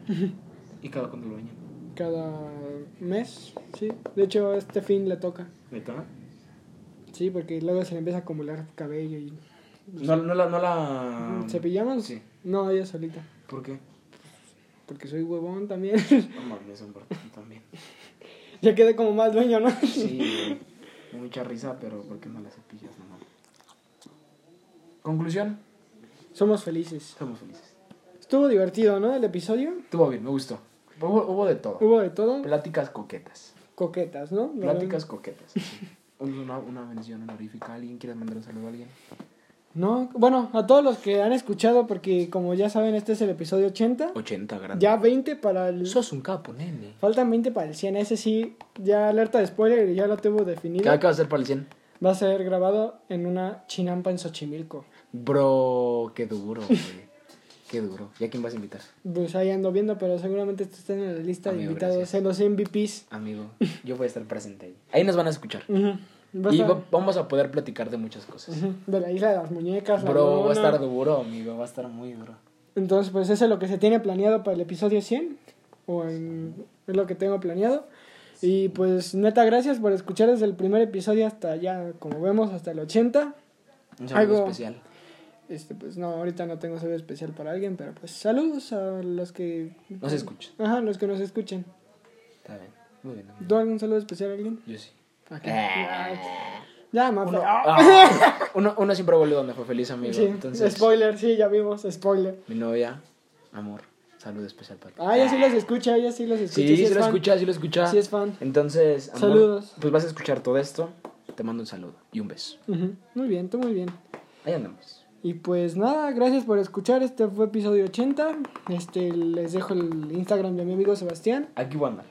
¿Y cada cuando lo bañan? Cada mes, sí. De hecho, este fin le toca. ¿Neta? Sí, porque luego se le empieza a acumular cabello y. No, no la... No la... ¿Cepillamos? Ah, Sí. No, ella solita. ¿Por qué? Porque soy huevón también. No mames, un ratón también. ya quedé como mal dueño, ¿no? Sí, güey. Me da mucha risa, pero ¿por qué no la cepillas? No mames. Conclusión, Somos felices. estamos felices. Estuvo divertido, ¿no? El episodio. Estuvo bien, me gustó. Hubo, hubo de todo. Hubo de todo. Pláticas coquetas. Coquetas, ¿no? Pláticas coquetas. sí. Una, una mención honorífica. ¿Alguien quiere mandar un saludo a alguien? No, bueno, a todos los que han escuchado, porque como ya saben, este es el episodio 80. 80 grande. Ya 20 para el... Sos un capo, nene. Faltan 20 para el 100. Ese sí, ya alerta de spoiler, ya lo tengo ¿Qué definido. acabas de hacer para el 100? Va a ser grabado en una chinampa en Xochimilco. Bro, qué duro, güey. Qué duro. ¿Y a quién vas a invitar? Pues ahí ando viendo, pero seguramente estén en la lista de Amigo, invitados, gracias. en los MVPs. Amigo, yo voy a estar presente ahí. Ahí nos van a escuchar. Ujú. Va a Y estar- va- vamos a poder platicar de muchas cosas. Ujú, De la isla de las muñecas. la Bro, va a lona. estar duro, amigo. Va a estar muy duro. Entonces, pues eso es lo que se tiene planeado para el episodio 100. O en- es lo que tengo planeado. Y pues neta, gracias por escuchar desde el primer episodio hasta ya, como vemos, hasta el 80. Un saludo Algo- especial. Este, pues no, ahorita no tengo saludo especial para alguien, pero pues saludos a los que... No se escucha. Ajá, los que nos escuchen. Está bien. Muy bien, amigo. ¿Tú algún saludo especial a alguien? Yo sí. ¿A quién? Ah. Ya, Mafe. Uno, Ah, ah, uno, uno siempre vuelve donde fue feliz, amigo. sí, Entonces, spoiler, sí, ya vimos, spoiler. mi novia, amor, saludo especial para ti. Ah, ella sí los escucha, ella sí los escucha. Eh. Sí, sí, es lo fan. escucha, sí lo escucha. Sí es fan. Entonces, amor, Saludos. Pues vas a escuchar todo esto. Te mando un saludo y un beso. Ujú, Muy bien, tú muy bien. Ahí andamos. Y pues nada, gracias por escuchar. Este fue episodio 80. Este, les dejo el Instagram de mi amigo Sebastián, Aquí voy a andar.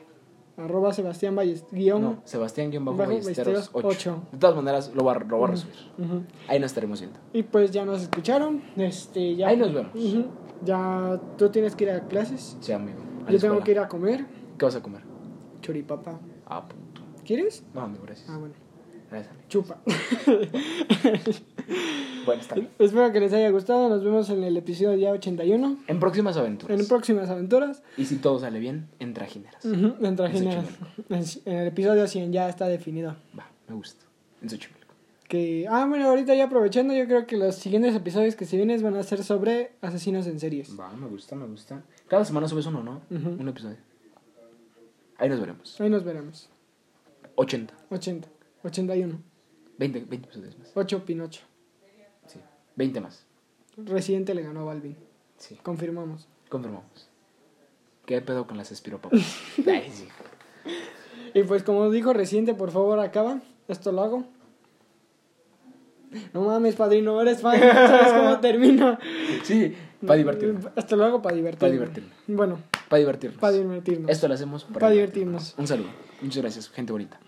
arroba Sebastián Valles, guión. No, Sebastián guión bajo Bajo Ballesteros Ballesteros 8. ocho. De todas maneras, lo va, lo va a resumir. Ujú. Ahí nos estaremos viendo. Y pues ya nos escucharon. Este, ya. Ahí nos vemos. Ujú. Ya tú tienes que ir a clases. Sí, amigo. a la Yo tengo escuela. que ir a comer. ¿Qué vas a comer? Choripapa. Ah, puto. ¿Quieres? No, amigo, gracias. Ah, bueno. Gracias, amigo. Chupa. Buenas tardes. Espero que les haya gustado. Nos vemos en el episodio ya 81. En próximas aventuras. En próximas aventuras. Y si todo sale bien, en trajineras. Ujú, en Trajineras. En el episodio 100 ya está definido. Va, me gusta. En Xochimilco. Que, ah, bueno, ahorita ya aprovechando, yo creo que los siguientes episodios que se vienen van a ser sobre asesinos en series. Va, me gusta, me gusta. Cada semana subes uno, ¿no? Ujú. Un episodio. Ahí nos veremos. Ahí nos veremos. 80, 80, 81, 20, 20 episodios más. 8 Pinocho. Sí, 20 más. Residente le ganó a Balvin. Sí, Confirmamos. confirmamos. ¿Qué pedo con las espiropapas? Ay, sí. Y pues, como dijo Residente, por favor, acaba. Esto lo hago. No mames, padrino, eres fan. ¿Sabes cómo termina? Sí, para divertirnos. Esto lo hago para divertirme. Pa' divertirme. Bueno, Para divertirnos. para divertirnos. Esto lo hacemos Pa' Un saludo. Muchas gracias, gente bonita.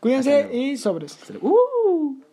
Cuídense Hasta luego. y sobres. Hasta luego. ¡Uh!